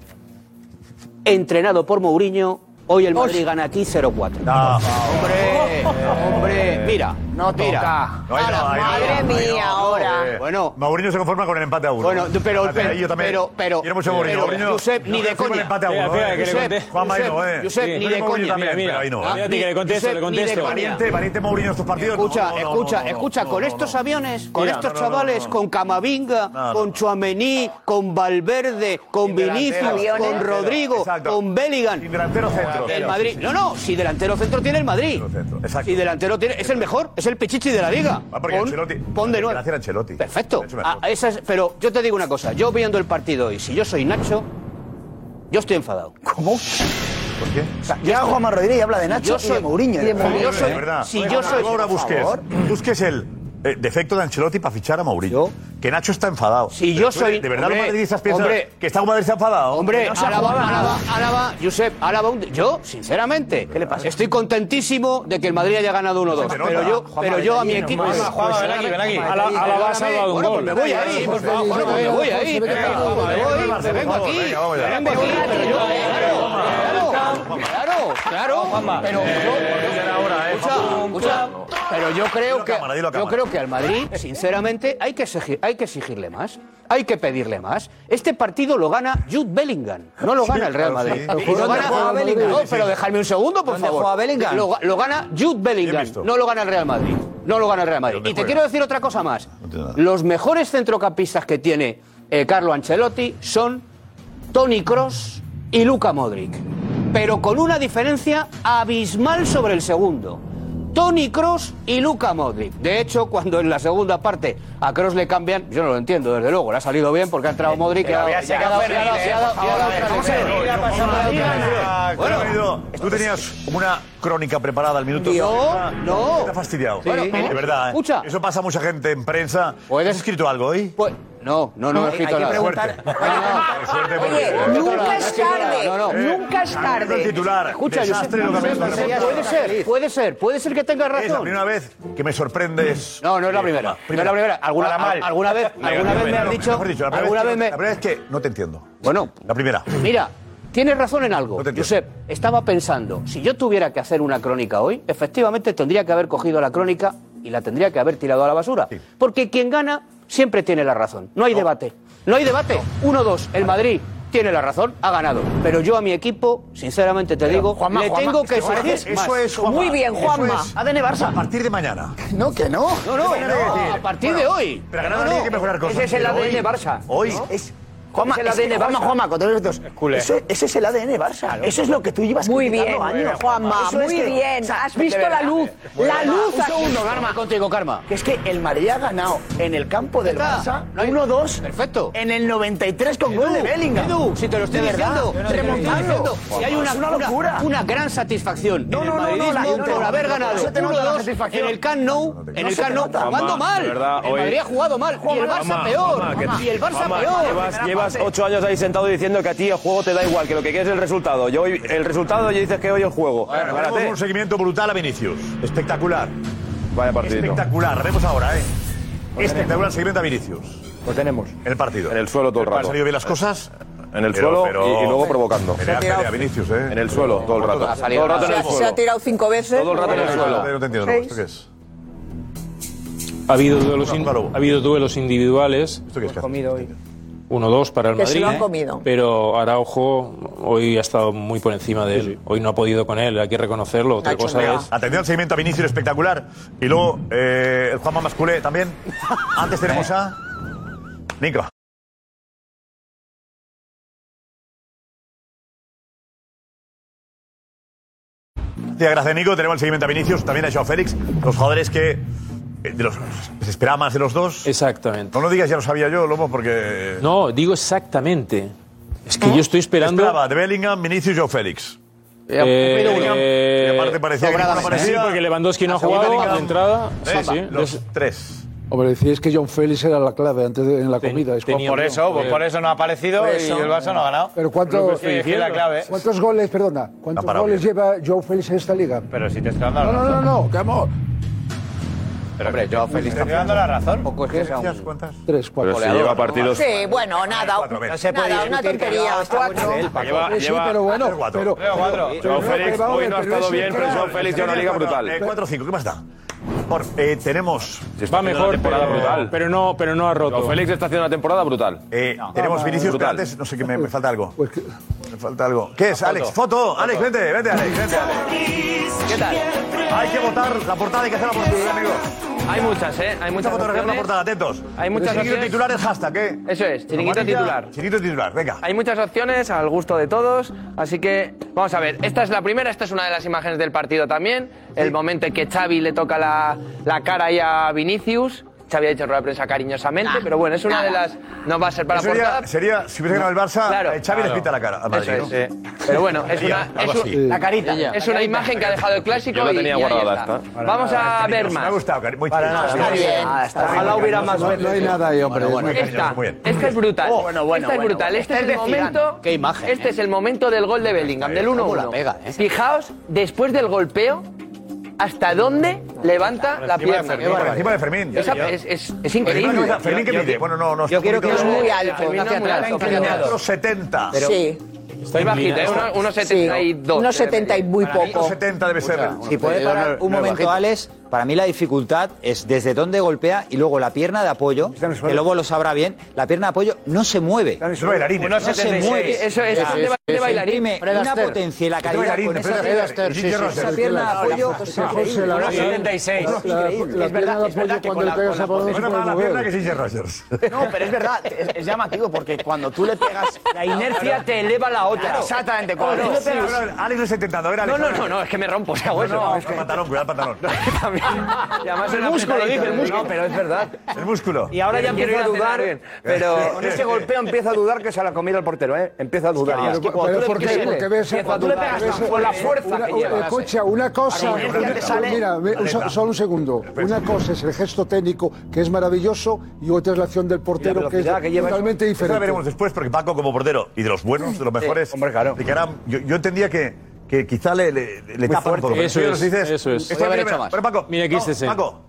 [SPEAKER 21] entrenado por Mourinho, hoy el Madrid gana aquí 0-4. ah, Hombre, hombre, mira, no mira.
[SPEAKER 2] Ah, No hay
[SPEAKER 21] A la
[SPEAKER 2] nada, ahí no hay
[SPEAKER 21] madre
[SPEAKER 2] nada, ahí no hay
[SPEAKER 21] mía,
[SPEAKER 2] nada.
[SPEAKER 21] ahora.
[SPEAKER 2] Eh,
[SPEAKER 21] Bueno.
[SPEAKER 2] Mourinho se conforma con el empate a uno.
[SPEAKER 21] Bueno, pero,
[SPEAKER 2] Fíjate,
[SPEAKER 21] pero,
[SPEAKER 2] ahí yo también
[SPEAKER 21] pero, pero,
[SPEAKER 2] quiero mucho a Mourinho.
[SPEAKER 21] pero,
[SPEAKER 2] Mourinho,
[SPEAKER 21] Josep,
[SPEAKER 2] yo
[SPEAKER 21] ni de
[SPEAKER 2] estoy con
[SPEAKER 21] coña.
[SPEAKER 2] el empate a
[SPEAKER 21] Mira,
[SPEAKER 2] uno,
[SPEAKER 21] mira,
[SPEAKER 2] eh.
[SPEAKER 21] que le
[SPEAKER 2] Josep,
[SPEAKER 21] conté.
[SPEAKER 2] Juanma ahí no, eh.
[SPEAKER 21] Josep, Josep,
[SPEAKER 2] Sí.
[SPEAKER 21] ni
[SPEAKER 2] Yo
[SPEAKER 21] de
[SPEAKER 2] creo que Mourinho
[SPEAKER 21] coña.
[SPEAKER 2] también,
[SPEAKER 21] Mira, mira.
[SPEAKER 2] pero ahí no.
[SPEAKER 21] Ah,
[SPEAKER 2] Valiente, que le contesto,
[SPEAKER 21] Josep,
[SPEAKER 2] le contesto.
[SPEAKER 21] ni de coña.
[SPEAKER 2] Valiente, valiente Mourinho estos partidos.
[SPEAKER 21] Escucha,
[SPEAKER 2] No, no, no,
[SPEAKER 21] escucha,
[SPEAKER 2] no, no,
[SPEAKER 21] escucha,
[SPEAKER 2] no,
[SPEAKER 21] con
[SPEAKER 2] no,
[SPEAKER 21] estos
[SPEAKER 2] no.
[SPEAKER 21] aviones, con
[SPEAKER 2] Mira,
[SPEAKER 21] estos
[SPEAKER 2] no, no, no,
[SPEAKER 21] chavales,
[SPEAKER 2] no.
[SPEAKER 21] con Camavinga,
[SPEAKER 2] No,
[SPEAKER 21] con Chuamení, con Valverde, con Vinicius,
[SPEAKER 2] delantero.
[SPEAKER 21] con
[SPEAKER 2] Aviones.
[SPEAKER 21] Rodrigo, con Bellingham.
[SPEAKER 2] delantero centro.
[SPEAKER 21] El Madrid. No, no, si delantero centro tiene el Madrid. Si delantero tiene, es el mejor, es el pichichi de la liga.
[SPEAKER 2] Ah, porque
[SPEAKER 21] Pon-
[SPEAKER 2] Ancelotti.
[SPEAKER 21] pon de nuevo.
[SPEAKER 2] Gracias a Ancelotti.
[SPEAKER 21] Perfecto. Ah, esa es- pero yo te digo una cosa, yo viendo el partido hoy, si yo soy Nacho, yo estoy enfadado. ¿Cómo?
[SPEAKER 2] ¿Por qué?
[SPEAKER 19] Ya Juanma Rodríguez y habla de Nacho
[SPEAKER 21] Yo
[SPEAKER 2] Eh,
[SPEAKER 19] y
[SPEAKER 21] soy-
[SPEAKER 19] de Mourinho.
[SPEAKER 21] y de Mourinho. Yo soy-
[SPEAKER 2] De verdad.
[SPEAKER 21] si yo soy-
[SPEAKER 2] Ahora
[SPEAKER 21] por
[SPEAKER 2] busques.
[SPEAKER 21] favor.
[SPEAKER 2] Busques el eh, defecto de Ancelotti para fichar a Mourinho. Que Nacho está enfadado.
[SPEAKER 21] Si
[SPEAKER 2] Pero
[SPEAKER 21] yo
[SPEAKER 2] tú eres-
[SPEAKER 21] soy-
[SPEAKER 2] De verdad,
[SPEAKER 21] hombre,
[SPEAKER 2] los madridistas piensan
[SPEAKER 21] hombre.
[SPEAKER 2] que está un madridista enfadado.
[SPEAKER 21] Hombre,
[SPEAKER 2] Que no se ha
[SPEAKER 21] Álava,
[SPEAKER 2] jugado nada.
[SPEAKER 21] Álava, Álava, Josep, Álava, un- yo, sinceramente, estoy contentísimo de que el Madrid haya ganado 1-2.
[SPEAKER 7] nota.
[SPEAKER 21] Pero yo,
[SPEAKER 7] Juanma,
[SPEAKER 21] pero yo a mi
[SPEAKER 7] ven aquí,
[SPEAKER 21] equipo.
[SPEAKER 7] nomás. Juanma, Juanma, ven aquí, ven aquí. Ala-
[SPEAKER 21] Perdóname.
[SPEAKER 7] Álava ha salvado un
[SPEAKER 21] Bueno, pues
[SPEAKER 7] gol.
[SPEAKER 21] me voy ahí,
[SPEAKER 7] Sí,
[SPEAKER 21] por
[SPEAKER 7] por favor,
[SPEAKER 21] favor. Bueno, pues me
[SPEAKER 7] Juanma,
[SPEAKER 21] voy
[SPEAKER 7] venga,
[SPEAKER 21] ahí.
[SPEAKER 7] Juanma,
[SPEAKER 21] venga,
[SPEAKER 7] venga,
[SPEAKER 21] Juanma,
[SPEAKER 7] Juanma,
[SPEAKER 21] me voy,
[SPEAKER 7] venga,
[SPEAKER 21] me vengo
[SPEAKER 7] Juanma,
[SPEAKER 21] aquí.
[SPEAKER 7] venga, vamos ya.
[SPEAKER 21] me vengo aquí, pero yo- Claro, claro, claro. Pero Escucha, escucha. Pero yo creo que yo creo que al Madrid, sinceramente, hay que exigir- hay que exigirle más. Hay que pedirle más. Este partido lo gana Jude Bellingham, no lo
[SPEAKER 19] Sí,
[SPEAKER 21] gana el Real
[SPEAKER 19] claro, sí.
[SPEAKER 21] Madrid.
[SPEAKER 19] ¿Dónde
[SPEAKER 21] Y lo gana-
[SPEAKER 19] juega Bellingham?
[SPEAKER 21] No, pero dejadme un segundo, por
[SPEAKER 19] ¿Dónde
[SPEAKER 21] favor.
[SPEAKER 19] juega Bellingham?
[SPEAKER 21] Lo, lo gana Jude Bellingham, no lo gana el Real Madrid. No lo gana el Real Madrid. Y te
[SPEAKER 19] juega?
[SPEAKER 21] quiero decir otra cosa más. Los mejores centrocampistas que tiene eh, Carlo Ancelotti son Tony Cross y Luca Modric. Pero con una diferencia abismal sobre el segundo. Tony Cross y Luca Modric. De hecho, cuando en la segunda parte a Cross le cambian, yo no lo entiendo, desde luego, le ha salido bien porque ha
[SPEAKER 8] Eh,
[SPEAKER 21] entrado Modric y ha dado- y ha dado- y ha dado- y ha dado- y ha dado-
[SPEAKER 2] Bueno, querido, tú tenías una crónica preparada al minuto.
[SPEAKER 21] Yo,
[SPEAKER 2] 60.
[SPEAKER 21] no.
[SPEAKER 2] Te ha fastidiado.
[SPEAKER 21] Sí. Bueno,
[SPEAKER 2] de verdad. ¿eh?
[SPEAKER 21] escucha.
[SPEAKER 2] Eso pasa a mucha gente en prensa. ¿Has escrito algo hoy?
[SPEAKER 21] Pues, no, no, no he escrito nada.
[SPEAKER 8] Nunca es tarde, nunca es
[SPEAKER 2] El
[SPEAKER 8] tarde.
[SPEAKER 2] Eh, titular.
[SPEAKER 21] Escucha, yo
[SPEAKER 2] desastre lo que habéis dado.
[SPEAKER 21] puede ser, puede ser, puede ser que tengas
[SPEAKER 2] Es la
[SPEAKER 21] razón.
[SPEAKER 2] primera vez que me sorprendes.
[SPEAKER 21] No, no es la primera. No es la primera. Alguna,
[SPEAKER 2] Para mal.
[SPEAKER 21] alguna vez,
[SPEAKER 2] Venga,
[SPEAKER 21] alguna vez me
[SPEAKER 2] primera,
[SPEAKER 21] has
[SPEAKER 2] no,
[SPEAKER 21] dicho,
[SPEAKER 2] mejor dicho, la primera
[SPEAKER 21] alguna
[SPEAKER 2] vez
[SPEAKER 21] vez
[SPEAKER 2] que-
[SPEAKER 21] me,
[SPEAKER 2] La primera es que no te entiendo.
[SPEAKER 21] Bueno.
[SPEAKER 2] La primera.
[SPEAKER 21] Mira, tienes razón en algo, Josep. Estaba pensando, si yo tuviera que hacer una crónica hoy, efectivamente tendría que haber cogido la crónica y la tendría que haber tirado a la basura. Porque quien gana siempre tiene la razón. No hay debate. No hay debate. 1-2, el Madrid. Tiene la razón, ha ganado. Pero yo a mi equipo, sinceramente te digo,
[SPEAKER 19] Juanma,
[SPEAKER 21] le
[SPEAKER 19] Juanma,
[SPEAKER 21] tengo que
[SPEAKER 19] es que
[SPEAKER 21] exigir
[SPEAKER 19] Juanma, eso es, Juanma, Muy bien, eso Juanma. es-
[SPEAKER 21] ADN Barça.
[SPEAKER 2] A partir de mañana.
[SPEAKER 19] No, que no.
[SPEAKER 21] No, no,
[SPEAKER 19] Eso tiene
[SPEAKER 21] no,
[SPEAKER 19] que decir.
[SPEAKER 21] a partir de
[SPEAKER 19] Bueno,
[SPEAKER 21] hoy.
[SPEAKER 19] pero ganando
[SPEAKER 21] No, no,
[SPEAKER 19] tiene que mejorar cosas,
[SPEAKER 21] Ese es el
[SPEAKER 19] pero
[SPEAKER 21] ADN
[SPEAKER 19] hoy-
[SPEAKER 21] Barça.
[SPEAKER 19] Hoy.
[SPEAKER 21] ¿no?
[SPEAKER 19] Es, Juanma,
[SPEAKER 21] Es el
[SPEAKER 19] es que-
[SPEAKER 21] ADN
[SPEAKER 19] Juanma,
[SPEAKER 21] Barça.
[SPEAKER 19] Juanma, con todos los dos.
[SPEAKER 21] culé.
[SPEAKER 19] Eso, eso es el ADN Barça. Eso es lo que tú llevas
[SPEAKER 8] Muy
[SPEAKER 19] criticando
[SPEAKER 8] bien,
[SPEAKER 19] años.
[SPEAKER 8] Juanma,
[SPEAKER 19] Eso es
[SPEAKER 8] muy
[SPEAKER 19] que-
[SPEAKER 8] bien.
[SPEAKER 19] o sea,
[SPEAKER 8] Has visto
[SPEAKER 19] de verdad.
[SPEAKER 8] la luz,
[SPEAKER 19] Muy
[SPEAKER 8] la
[SPEAKER 19] bien.
[SPEAKER 8] luz
[SPEAKER 19] Un
[SPEAKER 8] aquí.
[SPEAKER 19] segundo, Karma.
[SPEAKER 21] Contigo, Karma.
[SPEAKER 19] Que es que el Madrid ha ganado en el campo del
[SPEAKER 21] Ya
[SPEAKER 19] Barça
[SPEAKER 21] está,
[SPEAKER 19] 1-2.
[SPEAKER 21] Perfecto.
[SPEAKER 19] En el 93 con gol de Bellingham.
[SPEAKER 21] Edu, si te lo estoy
[SPEAKER 19] De verdad,
[SPEAKER 21] diciendo,
[SPEAKER 19] yo no
[SPEAKER 21] te lo
[SPEAKER 19] te lo
[SPEAKER 21] estoy
[SPEAKER 19] estoy
[SPEAKER 21] diciendo.
[SPEAKER 19] diciendo.
[SPEAKER 21] Si hay
[SPEAKER 19] Es
[SPEAKER 21] una,
[SPEAKER 19] una
[SPEAKER 21] una-
[SPEAKER 19] locura.
[SPEAKER 21] una gran satisfacción
[SPEAKER 19] No,
[SPEAKER 21] en el
[SPEAKER 19] no, no, no,
[SPEAKER 21] madridismo
[SPEAKER 19] la- no,
[SPEAKER 21] por
[SPEAKER 19] no,
[SPEAKER 21] haber
[SPEAKER 19] no,
[SPEAKER 21] ganado
[SPEAKER 19] no se te nota la
[SPEAKER 21] 1-2
[SPEAKER 19] satisfacción.
[SPEAKER 21] en el Camp Nou, en el
[SPEAKER 19] se
[SPEAKER 21] Camp Nou,
[SPEAKER 19] te nota.
[SPEAKER 21] jugando
[SPEAKER 19] Juanma,
[SPEAKER 21] mal.
[SPEAKER 19] de verdad,
[SPEAKER 21] el
[SPEAKER 7] hoy-
[SPEAKER 21] Madrid ha jugado mal, y el Barça
[SPEAKER 7] Juanma, Juanma, que-
[SPEAKER 21] peor, y el Barça
[SPEAKER 7] Juanma, Llevas,
[SPEAKER 21] peor.
[SPEAKER 7] llevas ocho años ahí sentado diciendo que a ti el juego te da igual, que lo que quieres es el resultado. Yo hoy- el resultado y dices que hoy el juego. Espérate.
[SPEAKER 2] Tenemos un seguimiento brutal a Vinicius. Espectacular.
[SPEAKER 7] Vaya partidito.
[SPEAKER 2] Espectacular. Vemos ahora, ¿eh? Espectacular seguimiento a Vinicius.
[SPEAKER 12] Lo tenemos.
[SPEAKER 2] El partido.
[SPEAKER 12] En el suelo todo el
[SPEAKER 2] ¿Pero han
[SPEAKER 12] rato.
[SPEAKER 2] salido bien las cosas?
[SPEAKER 12] En el
[SPEAKER 2] Pero-
[SPEAKER 12] suelo y,
[SPEAKER 2] pero-
[SPEAKER 12] y luego provocando.
[SPEAKER 2] Pelea, pelea, Vinicius, ¿eh?
[SPEAKER 12] En el suelo todo el rato.
[SPEAKER 2] Ha
[SPEAKER 12] Todo
[SPEAKER 2] salido
[SPEAKER 12] el rato en
[SPEAKER 8] Se
[SPEAKER 12] el
[SPEAKER 8] ha- se ha
[SPEAKER 12] suelo.
[SPEAKER 8] tirado cinco veces.
[SPEAKER 12] Todo el rato en el suelo.
[SPEAKER 2] Pero no te entiendo,
[SPEAKER 8] Seis.
[SPEAKER 2] ¿esto qué es?
[SPEAKER 7] Ha habido duelos, in- ha habido duelos individuales. Uno dos para el
[SPEAKER 8] Que se
[SPEAKER 7] Madrid.
[SPEAKER 8] lo han comido.
[SPEAKER 7] Pero Araujo hoy ha estado muy por encima de él. Hoy no ha podido con él, hay que reconocerlo. Otra cosa es.
[SPEAKER 2] Atención, seguimiento a Vinicius espectacular. Y luego, eh, el Juanma Masculé también. Antes tenemos a. Nico. Gracias, gracias, Nico. Tenemos el seguimiento a Vinicius. También ha hecho a Félix. Los jugadores que. eh, De los, se esperaba más de los dos.
[SPEAKER 7] Exactamente.
[SPEAKER 2] No lo digas, ya lo sabía yo, Lobo, porque.
[SPEAKER 7] No, digo exactamente. Es que yo estoy esperando.
[SPEAKER 2] Esperaba de Bellingham, Vinicius y Joe Félix.
[SPEAKER 7] Eh,
[SPEAKER 2] Bellingham,
[SPEAKER 7] eh,
[SPEAKER 2] que aparte parecía que no aparecía.
[SPEAKER 7] Sí, porque Lewandowski no ha
[SPEAKER 2] Según
[SPEAKER 7] jugado
[SPEAKER 2] Bellingham,
[SPEAKER 7] de entrada. Sí,
[SPEAKER 2] eh,
[SPEAKER 7] sí.
[SPEAKER 2] Los tres.
[SPEAKER 18] Hombre, decías que John Félix era la clave antes de- en la comida. es como-
[SPEAKER 6] por eso, pues por eso no ha aparecido
[SPEAKER 18] Por
[SPEAKER 6] y
[SPEAKER 18] eso.
[SPEAKER 6] el Barça no ha ganado.
[SPEAKER 18] Pero ¿cuánto-
[SPEAKER 6] Es que es la clave.
[SPEAKER 18] ¿cuántos goles, perdona, cuántos
[SPEAKER 6] parado
[SPEAKER 18] goles lleva John Félix en esta liga?
[SPEAKER 6] Pero si te estoy dando
[SPEAKER 18] No,
[SPEAKER 6] la
[SPEAKER 18] no, no,
[SPEAKER 6] razón.
[SPEAKER 18] no, vamos.
[SPEAKER 6] Hombre, yo feliz. Te estoy dando la razón. Poco es que sea un...
[SPEAKER 18] ¿Cuántas? Tres, cuatro.
[SPEAKER 12] Pero si lleva partidos.
[SPEAKER 8] Sí, bueno, nada.
[SPEAKER 2] No
[SPEAKER 6] se puede
[SPEAKER 8] nada, una
[SPEAKER 6] discutir que
[SPEAKER 8] tontería.
[SPEAKER 6] no, está
[SPEAKER 8] Cuatro.
[SPEAKER 18] Sí,
[SPEAKER 12] Lleva,
[SPEAKER 18] pero
[SPEAKER 12] lleva.
[SPEAKER 18] bueno, pero...
[SPEAKER 2] Joao
[SPEAKER 12] Joao Félix hoy no ha estado bien, pero Joao Félix lleva una liga brutal.
[SPEAKER 2] 4-5, ¿qué más da? Por, eh, tenemos.
[SPEAKER 7] Va mejor,
[SPEAKER 12] temporada
[SPEAKER 7] pero-
[SPEAKER 12] brutal.
[SPEAKER 7] pero no, pero no ha roto.
[SPEAKER 12] Joao Félix está haciendo una temporada brutal.
[SPEAKER 2] Eh, Tenemos Vinicius, pero
[SPEAKER 12] Brutal.
[SPEAKER 2] antes, no sé qué, me, me falta algo. Me falta algo. ¿Qué es, Alex? Foto. Alex, vente, vete, Alex, vente, Alex.
[SPEAKER 12] ¿Qué tal?
[SPEAKER 2] Hay que votar la portada, hay que hacer la portada, eh, amigos.
[SPEAKER 22] Hay muchas, ¿eh? Hay muchas
[SPEAKER 2] fotografía
[SPEAKER 22] opciones.
[SPEAKER 2] la portada, atentos.
[SPEAKER 22] Hay muchas
[SPEAKER 2] Chiringuito
[SPEAKER 22] opciones.
[SPEAKER 2] titular es hashtag, ¿eh?
[SPEAKER 22] Eso es, chiringuito
[SPEAKER 2] Amarilla,
[SPEAKER 22] titular.
[SPEAKER 2] Chiringuito titular, venga.
[SPEAKER 22] Hay muchas opciones al gusto de todos, así que vamos a ver. Esta es la primera, esta es una de las imágenes del partido también. El momento en que Xavi le toca la, la cara ahí a Vinicius. Xavi ha dicho en rueda de prensa cariñosamente, pero bueno, es una de las. No va a ser para
[SPEAKER 2] Eso sería,
[SPEAKER 22] portada.
[SPEAKER 2] sería, si hubiese ganado el Barça, eh, Xavi
[SPEAKER 22] Claro.
[SPEAKER 2] le quita la cara al Madrid,
[SPEAKER 22] Eso
[SPEAKER 2] ¿no?
[SPEAKER 22] es. Pero bueno, es
[SPEAKER 2] Sería
[SPEAKER 22] una,
[SPEAKER 2] algo
[SPEAKER 22] es un-
[SPEAKER 2] así.
[SPEAKER 22] Es una imagen que ha dejado el clásico.
[SPEAKER 12] Yo la
[SPEAKER 22] y-
[SPEAKER 12] tenía
[SPEAKER 22] y ahí
[SPEAKER 12] guardada
[SPEAKER 22] está.
[SPEAKER 12] esta. Para
[SPEAKER 22] Vamos
[SPEAKER 2] nada,
[SPEAKER 22] a
[SPEAKER 2] cariño,
[SPEAKER 22] ver
[SPEAKER 2] me
[SPEAKER 22] más.
[SPEAKER 2] ha gustado, cari- muy
[SPEAKER 22] Para
[SPEAKER 2] chulo,
[SPEAKER 22] nada,
[SPEAKER 2] está
[SPEAKER 22] está
[SPEAKER 2] bien.
[SPEAKER 22] bien.
[SPEAKER 2] Ah, está bien,
[SPEAKER 22] Ojalá hubiera
[SPEAKER 2] cariño,
[SPEAKER 22] más
[SPEAKER 2] no- no
[SPEAKER 22] veces.
[SPEAKER 2] hay nada ahí, hombre.
[SPEAKER 22] Bueno, bueno,
[SPEAKER 2] Muy bien,
[SPEAKER 22] esta,
[SPEAKER 2] muy bien.
[SPEAKER 22] esta es brutal.
[SPEAKER 21] Bueno, bueno,
[SPEAKER 22] esta es
[SPEAKER 21] bueno,
[SPEAKER 22] brutal.
[SPEAKER 21] bueno.
[SPEAKER 22] Este
[SPEAKER 21] Este
[SPEAKER 22] es el
[SPEAKER 21] es de Zidane.
[SPEAKER 22] momento.
[SPEAKER 21] Qué imagen,
[SPEAKER 22] Este
[SPEAKER 21] eh.
[SPEAKER 22] es el momento del gol de Bellingham, del
[SPEAKER 21] Cómo la
[SPEAKER 22] 1-1.
[SPEAKER 21] pega, eh.
[SPEAKER 22] Fijaos, después del golpeo, hasta dónde levanta la
[SPEAKER 2] Encima de
[SPEAKER 22] pierna.
[SPEAKER 2] Fermín, por encima de Fermín.
[SPEAKER 22] Esa-
[SPEAKER 2] Yo-
[SPEAKER 22] es, es- es
[SPEAKER 2] Por encima de
[SPEAKER 22] increíble.
[SPEAKER 2] Fermín, Fermín, ¿qué mide? Bueno, no, no.
[SPEAKER 22] yo
[SPEAKER 2] está
[SPEAKER 22] creo
[SPEAKER 2] un poquito-
[SPEAKER 22] que es muy alto, Fermín hacia atrás,
[SPEAKER 2] Está
[SPEAKER 22] hacia atrás.
[SPEAKER 2] 1,70.
[SPEAKER 22] Pero- Sí. Estoy bajito, ¿eh? Uno- unos 72.
[SPEAKER 8] Unos 70 y muy poco.
[SPEAKER 2] 70 debe ser.
[SPEAKER 13] Si puede parar un momento, Alex, para mí la dificultad es desde dónde golpea y luego la pierna de apoyo, que Lobo lo sabrá bien, la pierna de apoyo no se mueve.
[SPEAKER 2] Es bailarín.
[SPEAKER 13] No se mueve.
[SPEAKER 22] Eso es, es de ba- de bailarín.
[SPEAKER 13] Dime,
[SPEAKER 22] Fred
[SPEAKER 13] una
[SPEAKER 22] Astaire.
[SPEAKER 13] potencia y la
[SPEAKER 22] Es
[SPEAKER 13] calidad
[SPEAKER 22] bailarín,
[SPEAKER 13] con
[SPEAKER 22] es
[SPEAKER 13] esa
[SPEAKER 22] Fred
[SPEAKER 13] pierna-
[SPEAKER 22] Astaire, sí, sí,
[SPEAKER 13] esa
[SPEAKER 22] sí, sí.
[SPEAKER 13] pierna de
[SPEAKER 22] La-
[SPEAKER 13] apoyo.
[SPEAKER 22] la-
[SPEAKER 13] es
[SPEAKER 22] la-
[SPEAKER 19] pues,
[SPEAKER 13] increíble.
[SPEAKER 22] la-
[SPEAKER 13] Una
[SPEAKER 22] la-
[SPEAKER 13] 76.
[SPEAKER 22] la- la-
[SPEAKER 13] Increíble.
[SPEAKER 22] Es verdad, es verdad que con la- con la
[SPEAKER 2] Buena para la pierna que Ginger Rogers.
[SPEAKER 23] No, pero es verdad, es, es llamativo porque cuando tú le pegas, la
[SPEAKER 2] Claro.
[SPEAKER 23] inercia te eleva la otra.
[SPEAKER 2] Claro.
[SPEAKER 23] Exactamente, cuando tú le
[SPEAKER 2] Sí,
[SPEAKER 23] pegas.
[SPEAKER 2] bueno, Alex lo está intentando, a ver, Alex.
[SPEAKER 22] No, no,
[SPEAKER 2] a ver.
[SPEAKER 22] no, no, es que me rompo, o sea, bueno.
[SPEAKER 2] No, no, es que- pantalón, cuidado el pantalón.
[SPEAKER 22] Y además
[SPEAKER 23] El
[SPEAKER 22] era
[SPEAKER 23] músculo,
[SPEAKER 22] apretadito,
[SPEAKER 7] ¿eh?
[SPEAKER 23] dice, el músculo.
[SPEAKER 22] No, pero es verdad.
[SPEAKER 2] El músculo.
[SPEAKER 23] Y ahora ya
[SPEAKER 22] Quiero
[SPEAKER 23] empieza a
[SPEAKER 22] ir a cenar
[SPEAKER 23] dudar,
[SPEAKER 22] bien.
[SPEAKER 7] ¿eh?
[SPEAKER 23] pero
[SPEAKER 20] Con ese golpeo empieza a dudar que se la ha comido el portero, ¿eh? Empieza a dudar.
[SPEAKER 23] Ah,
[SPEAKER 20] ya.
[SPEAKER 23] es que cuando
[SPEAKER 20] Pero
[SPEAKER 23] tú le-
[SPEAKER 20] ¿por qué?
[SPEAKER 23] imposible.
[SPEAKER 20] Porque ves-
[SPEAKER 23] Empieza a
[SPEAKER 20] cuando
[SPEAKER 23] dudar,
[SPEAKER 20] ves-
[SPEAKER 23] ves- con la fuerza
[SPEAKER 20] una-
[SPEAKER 23] que
[SPEAKER 20] una-
[SPEAKER 23] lleva.
[SPEAKER 18] eh, Escucha, una cosa.
[SPEAKER 23] Ahora, ¿dónde te sale?
[SPEAKER 18] Mira, ve, un so- solo un segundo. Una cosa es el gesto técnico, que es maravilloso, y otra es la acción del portero, que es totalmente
[SPEAKER 2] Eso la
[SPEAKER 18] diferente.
[SPEAKER 2] veremos después, porque Paco, como portero, y de los buenos, de los mejores. hombre, claro. yo, yo entendía que, que quizá le, le, le
[SPEAKER 7] Muy
[SPEAKER 2] tapan
[SPEAKER 7] fuerte.
[SPEAKER 2] un poco. pero
[SPEAKER 7] Eso
[SPEAKER 2] tú ya
[SPEAKER 7] es,
[SPEAKER 2] nos dices,
[SPEAKER 7] eso es.
[SPEAKER 2] esto
[SPEAKER 7] Podía haber
[SPEAKER 2] mira,
[SPEAKER 7] hecho más.
[SPEAKER 2] Pero Paco,
[SPEAKER 7] Mira aquí
[SPEAKER 2] vamos,
[SPEAKER 7] este sen.
[SPEAKER 2] Paco.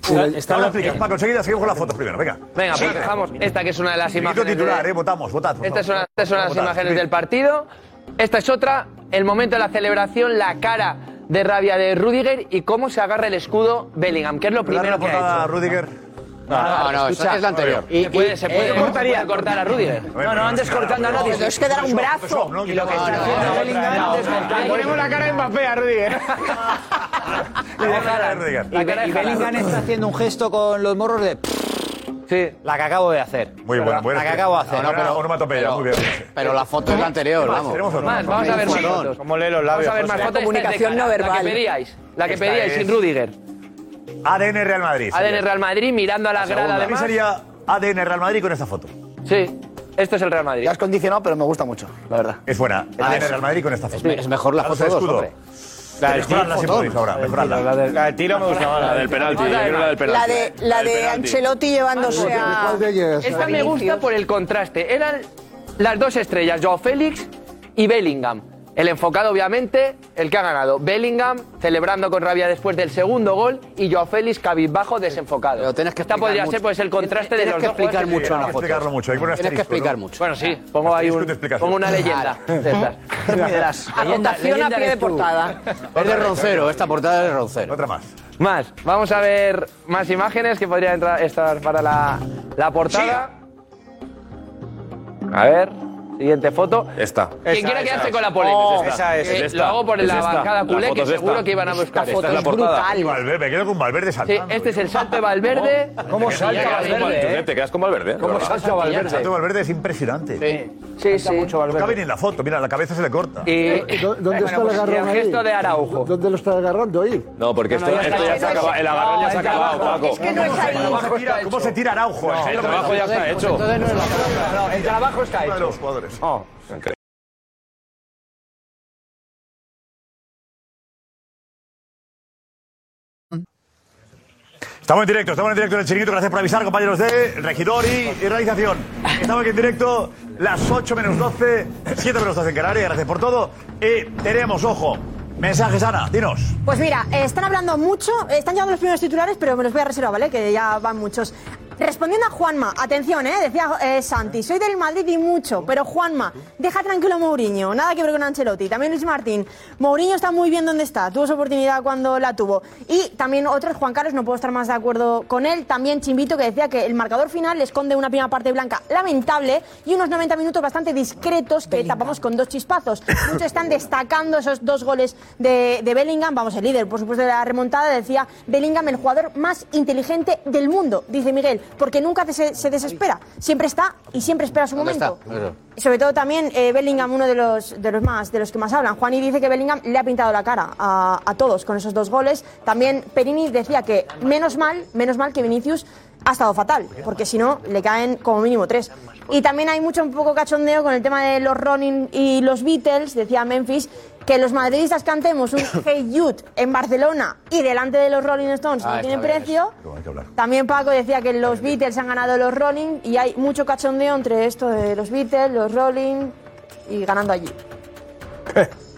[SPEAKER 7] Está-
[SPEAKER 2] Ahora
[SPEAKER 7] está-
[SPEAKER 2] lo explicas, Paco, enseguida seguimos con las fotos primero, venga.
[SPEAKER 22] Venga, pues
[SPEAKER 2] Sí.
[SPEAKER 22] dejamos esta que es una de las
[SPEAKER 2] Chiringuito
[SPEAKER 22] imágenes. de-
[SPEAKER 2] titular, eh, votamos, votad. por
[SPEAKER 22] Esta es
[SPEAKER 2] favor.
[SPEAKER 22] una, esta es una de las
[SPEAKER 2] Votad,
[SPEAKER 22] imágenes
[SPEAKER 2] sí.
[SPEAKER 22] del partido. Esta es otra, el momento de la celebración, la cara de rabia de Rudiger y cómo se agarra el escudo Bellingham, que es lo
[SPEAKER 2] Darle
[SPEAKER 22] primero
[SPEAKER 2] la
[SPEAKER 22] que
[SPEAKER 2] portada
[SPEAKER 22] ha
[SPEAKER 2] a
[SPEAKER 22] hecho.
[SPEAKER 2] Rudiger.
[SPEAKER 22] No, no, no,
[SPEAKER 2] Escucha,
[SPEAKER 22] esa es la anterior.
[SPEAKER 2] y-
[SPEAKER 22] se puede,
[SPEAKER 2] y-
[SPEAKER 22] se puede,
[SPEAKER 2] eh,
[SPEAKER 22] se puede cortar a Rudiger.
[SPEAKER 2] No, no, no, antes cortando a nadie.
[SPEAKER 22] Pero es que dar un brazo.
[SPEAKER 2] Y lo que está haciendo Bellingham es cortar.
[SPEAKER 6] Ponemos la cara de Mbappé a
[SPEAKER 2] ¿eh?
[SPEAKER 6] Rudiger.
[SPEAKER 13] Ah, Y, Be- y Bellingham está haciendo un gesto con los morros de...
[SPEAKER 22] Sí.
[SPEAKER 13] La que acabo de hacer.
[SPEAKER 2] Muy buena, buena.
[SPEAKER 13] La que acabo de hacer.
[SPEAKER 2] Ahora onomatopeya, muy bien.
[SPEAKER 21] Pero la foto es la anterior,
[SPEAKER 2] Más,
[SPEAKER 21] vamos.
[SPEAKER 2] tenemos otro.
[SPEAKER 22] Más, vamos a ver más fotos.
[SPEAKER 6] ¿Cómo lee los labios?
[SPEAKER 22] Vamos a ver
[SPEAKER 6] José?
[SPEAKER 22] más fotos. Esta es de
[SPEAKER 8] Comunicación
[SPEAKER 22] cara,
[SPEAKER 8] no
[SPEAKER 22] La
[SPEAKER 8] verbal.
[SPEAKER 22] que pedíais, la que
[SPEAKER 2] Esta
[SPEAKER 22] pedíais
[SPEAKER 2] es-
[SPEAKER 22] sin Rudiger.
[SPEAKER 2] ADN Real Madrid.
[SPEAKER 22] ADN Real Madrid mirando a la, grada
[SPEAKER 2] Para mí
[SPEAKER 22] además.
[SPEAKER 2] sería ADN Real Madrid con esta foto.
[SPEAKER 22] Sí, esto es el Real Madrid.
[SPEAKER 19] Ya has condicionado, pero me gusta mucho, la verdad.
[SPEAKER 2] Es buena. ADN Real Madrid con esta foto.
[SPEAKER 19] es mejor la
[SPEAKER 2] Daros
[SPEAKER 19] foto
[SPEAKER 2] el
[SPEAKER 19] dos,
[SPEAKER 2] escudo.
[SPEAKER 19] hombre.
[SPEAKER 2] La mejorarla si
[SPEAKER 19] fotón.
[SPEAKER 2] podéis ahora, mejorarla. La del tiro me gusta más.
[SPEAKER 12] La del penalti, yo quiero la del penalti.
[SPEAKER 8] La de, la de
[SPEAKER 12] penalti.
[SPEAKER 8] Ancelotti llevándose a...
[SPEAKER 22] Esta me gusta por el contraste. Eran las dos estrellas, Joao Félix y Bellingham. El enfocado, obviamente, el que ha ganado. Bellingham celebrando con rabia después del segundo gol y Joao Félix cabizbajo desenfocado. tienes que Esta podría ser pues el contraste de los dos jugadores.
[SPEAKER 2] Hay que explicarlo mucho. Hay que poner
[SPEAKER 22] Tienes que
[SPEAKER 2] asterisco,
[SPEAKER 22] explicar
[SPEAKER 2] ¿no?
[SPEAKER 22] mucho. Bueno, sí, pongo ahí
[SPEAKER 2] Asterisco
[SPEAKER 22] un-
[SPEAKER 2] te explicas.
[SPEAKER 22] pongo una leyenda de estas.
[SPEAKER 8] Anotación a pie de portada.
[SPEAKER 22] Es de Roncero, esta portada es de Roncero. Otra más. Más. Vamos a ver más imágenes que podrían entrar- estar para la, la portada. A ver, siguiente foto.
[SPEAKER 12] Esta.
[SPEAKER 22] Quien quiera quedarse con la polémica.
[SPEAKER 12] Oh,
[SPEAKER 22] es esta.
[SPEAKER 12] esa es,
[SPEAKER 22] Eh,
[SPEAKER 12] es esta.
[SPEAKER 22] Lo hago por
[SPEAKER 12] Es
[SPEAKER 22] la
[SPEAKER 12] esta.
[SPEAKER 22] bancada
[SPEAKER 12] La
[SPEAKER 22] culé,
[SPEAKER 12] foto
[SPEAKER 22] que
[SPEAKER 12] es esta.
[SPEAKER 22] seguro que iban a buscar.
[SPEAKER 12] Esta es la portada.
[SPEAKER 2] Valverde, me quedo con Valverde
[SPEAKER 22] Sí,
[SPEAKER 2] saltando. ¿eh?
[SPEAKER 22] este es el salto de Valverde.
[SPEAKER 2] ¿Cómo salta Valverde, eh?
[SPEAKER 12] Te quedas con Valverde.
[SPEAKER 2] ¿Cómo
[SPEAKER 12] la verdad.
[SPEAKER 2] salta Valverde? El salto de Valverde es impresionante.
[SPEAKER 22] Sí, sí. mucho
[SPEAKER 2] No cabe ni en la foto, mira, la cabeza se le corta.
[SPEAKER 22] ¿Dó-
[SPEAKER 2] bueno,
[SPEAKER 18] Eh, ¿Dónde está
[SPEAKER 2] pues,
[SPEAKER 18] el agarrón
[SPEAKER 2] el
[SPEAKER 18] ahí?
[SPEAKER 2] gesto de
[SPEAKER 22] Araujo.
[SPEAKER 18] ¿Dónde lo está agarrando ahí?
[SPEAKER 12] No, porque esto, esto ya se ha acabado. El agarrón ya se ha acabado, Paco.
[SPEAKER 2] ¿Cómo se tira- ¿Cómo se tira Araujo? eh.
[SPEAKER 12] No,
[SPEAKER 2] Es
[SPEAKER 12] el
[SPEAKER 2] lo que-
[SPEAKER 12] trabajo ya está hecho.
[SPEAKER 22] No, el trabajo está Oh.
[SPEAKER 2] hecho. los jugadores. Estamos en directo, estamos en directo en el chiringuito. Gracias por avisar, compañeros de regidor y, y realización. Estamos aquí en directo, las 8 menos 12, 7 menos 12 en Canarias. Gracias por todo. Y tenemos, ojo, mensajes, Ana, dinos.
[SPEAKER 3] Pues mira, eh, están hablando mucho, eh, están llegando los primeros titulares, pero me los voy a reservar, ¿vale? Que ya van muchos. Respondiendo a Juanma, atención, ¿eh? Decía eh, Santi, soy del Madrid y mucho, pero Juanma, deja tranquilo a Mourinho, nada que ver con Ancelotti. También Luis Martín, Mourinho está muy bien donde está, tuvo su oportunidad cuando la tuvo. Y también otros, Juan Carlos, no puedo estar más de acuerdo con él. También Chimbito, que decía que el marcador final le esconde una primera parte blanca lamentable y unos 90 minutos bastante discretos que tapamos con dos chispazos. Muchos están destacando esos dos goles de, de Bellingham, vamos, el líder, por supuesto, de la remontada, decía Bellingham, el jugador más inteligente del mundo, dice Miguel, porque nunca se, se desespera, siempre está y siempre espera su
[SPEAKER 21] ¿Dónde
[SPEAKER 3] momento.
[SPEAKER 21] está?
[SPEAKER 3] Sobre todo también eh, Bellingham, uno de los, de los más de los que más hablan. Juani dice que Bellingham le ha pintado la cara a, a todos con esos dos goles. También Perini decía que menos mal, menos mal que Vinicius ha estado fatal, porque si no le caen como mínimo tres. Y también hay mucho un poco cachondeo con el tema de los Ronin y los Beatles, decía Memphis, que los madridistas cantemos un Hey Jude en Barcelona y delante de los Rolling Stones
[SPEAKER 2] Ah,
[SPEAKER 3] no tiene
[SPEAKER 2] está bien
[SPEAKER 3] precio. También Paco decía que los Beatles han ganado los Rolling y hay mucho cachondeo entre esto de los Beatles, los Rolling y ganando allí.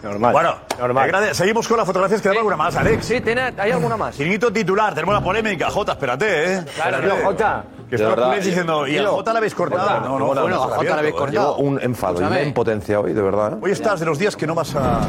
[SPEAKER 2] Normal. Bueno,
[SPEAKER 1] Normal.
[SPEAKER 2] eh, gracias. Seguimos con las fotografías, quedaba alguna más, Alex.
[SPEAKER 22] Sí, hay alguna más.
[SPEAKER 2] Chiringuito titular, tenemos la polémica. Jota, espérate, ¿eh?
[SPEAKER 12] Claro,
[SPEAKER 2] Espérate.
[SPEAKER 12] no, Jota.
[SPEAKER 2] Que
[SPEAKER 12] De
[SPEAKER 2] está
[SPEAKER 12] verdad. eh,
[SPEAKER 2] culés diciendo, ¿y a
[SPEAKER 12] Tío.
[SPEAKER 2] Jota la habéis cortado? No, no,
[SPEAKER 12] bueno, a Jota la habéis cortado. Llevo un enfado y una
[SPEAKER 2] Escúchame.
[SPEAKER 12] impotencia hoy, de verdad. ¿eh?
[SPEAKER 2] Hoy estás de los días que no vas a...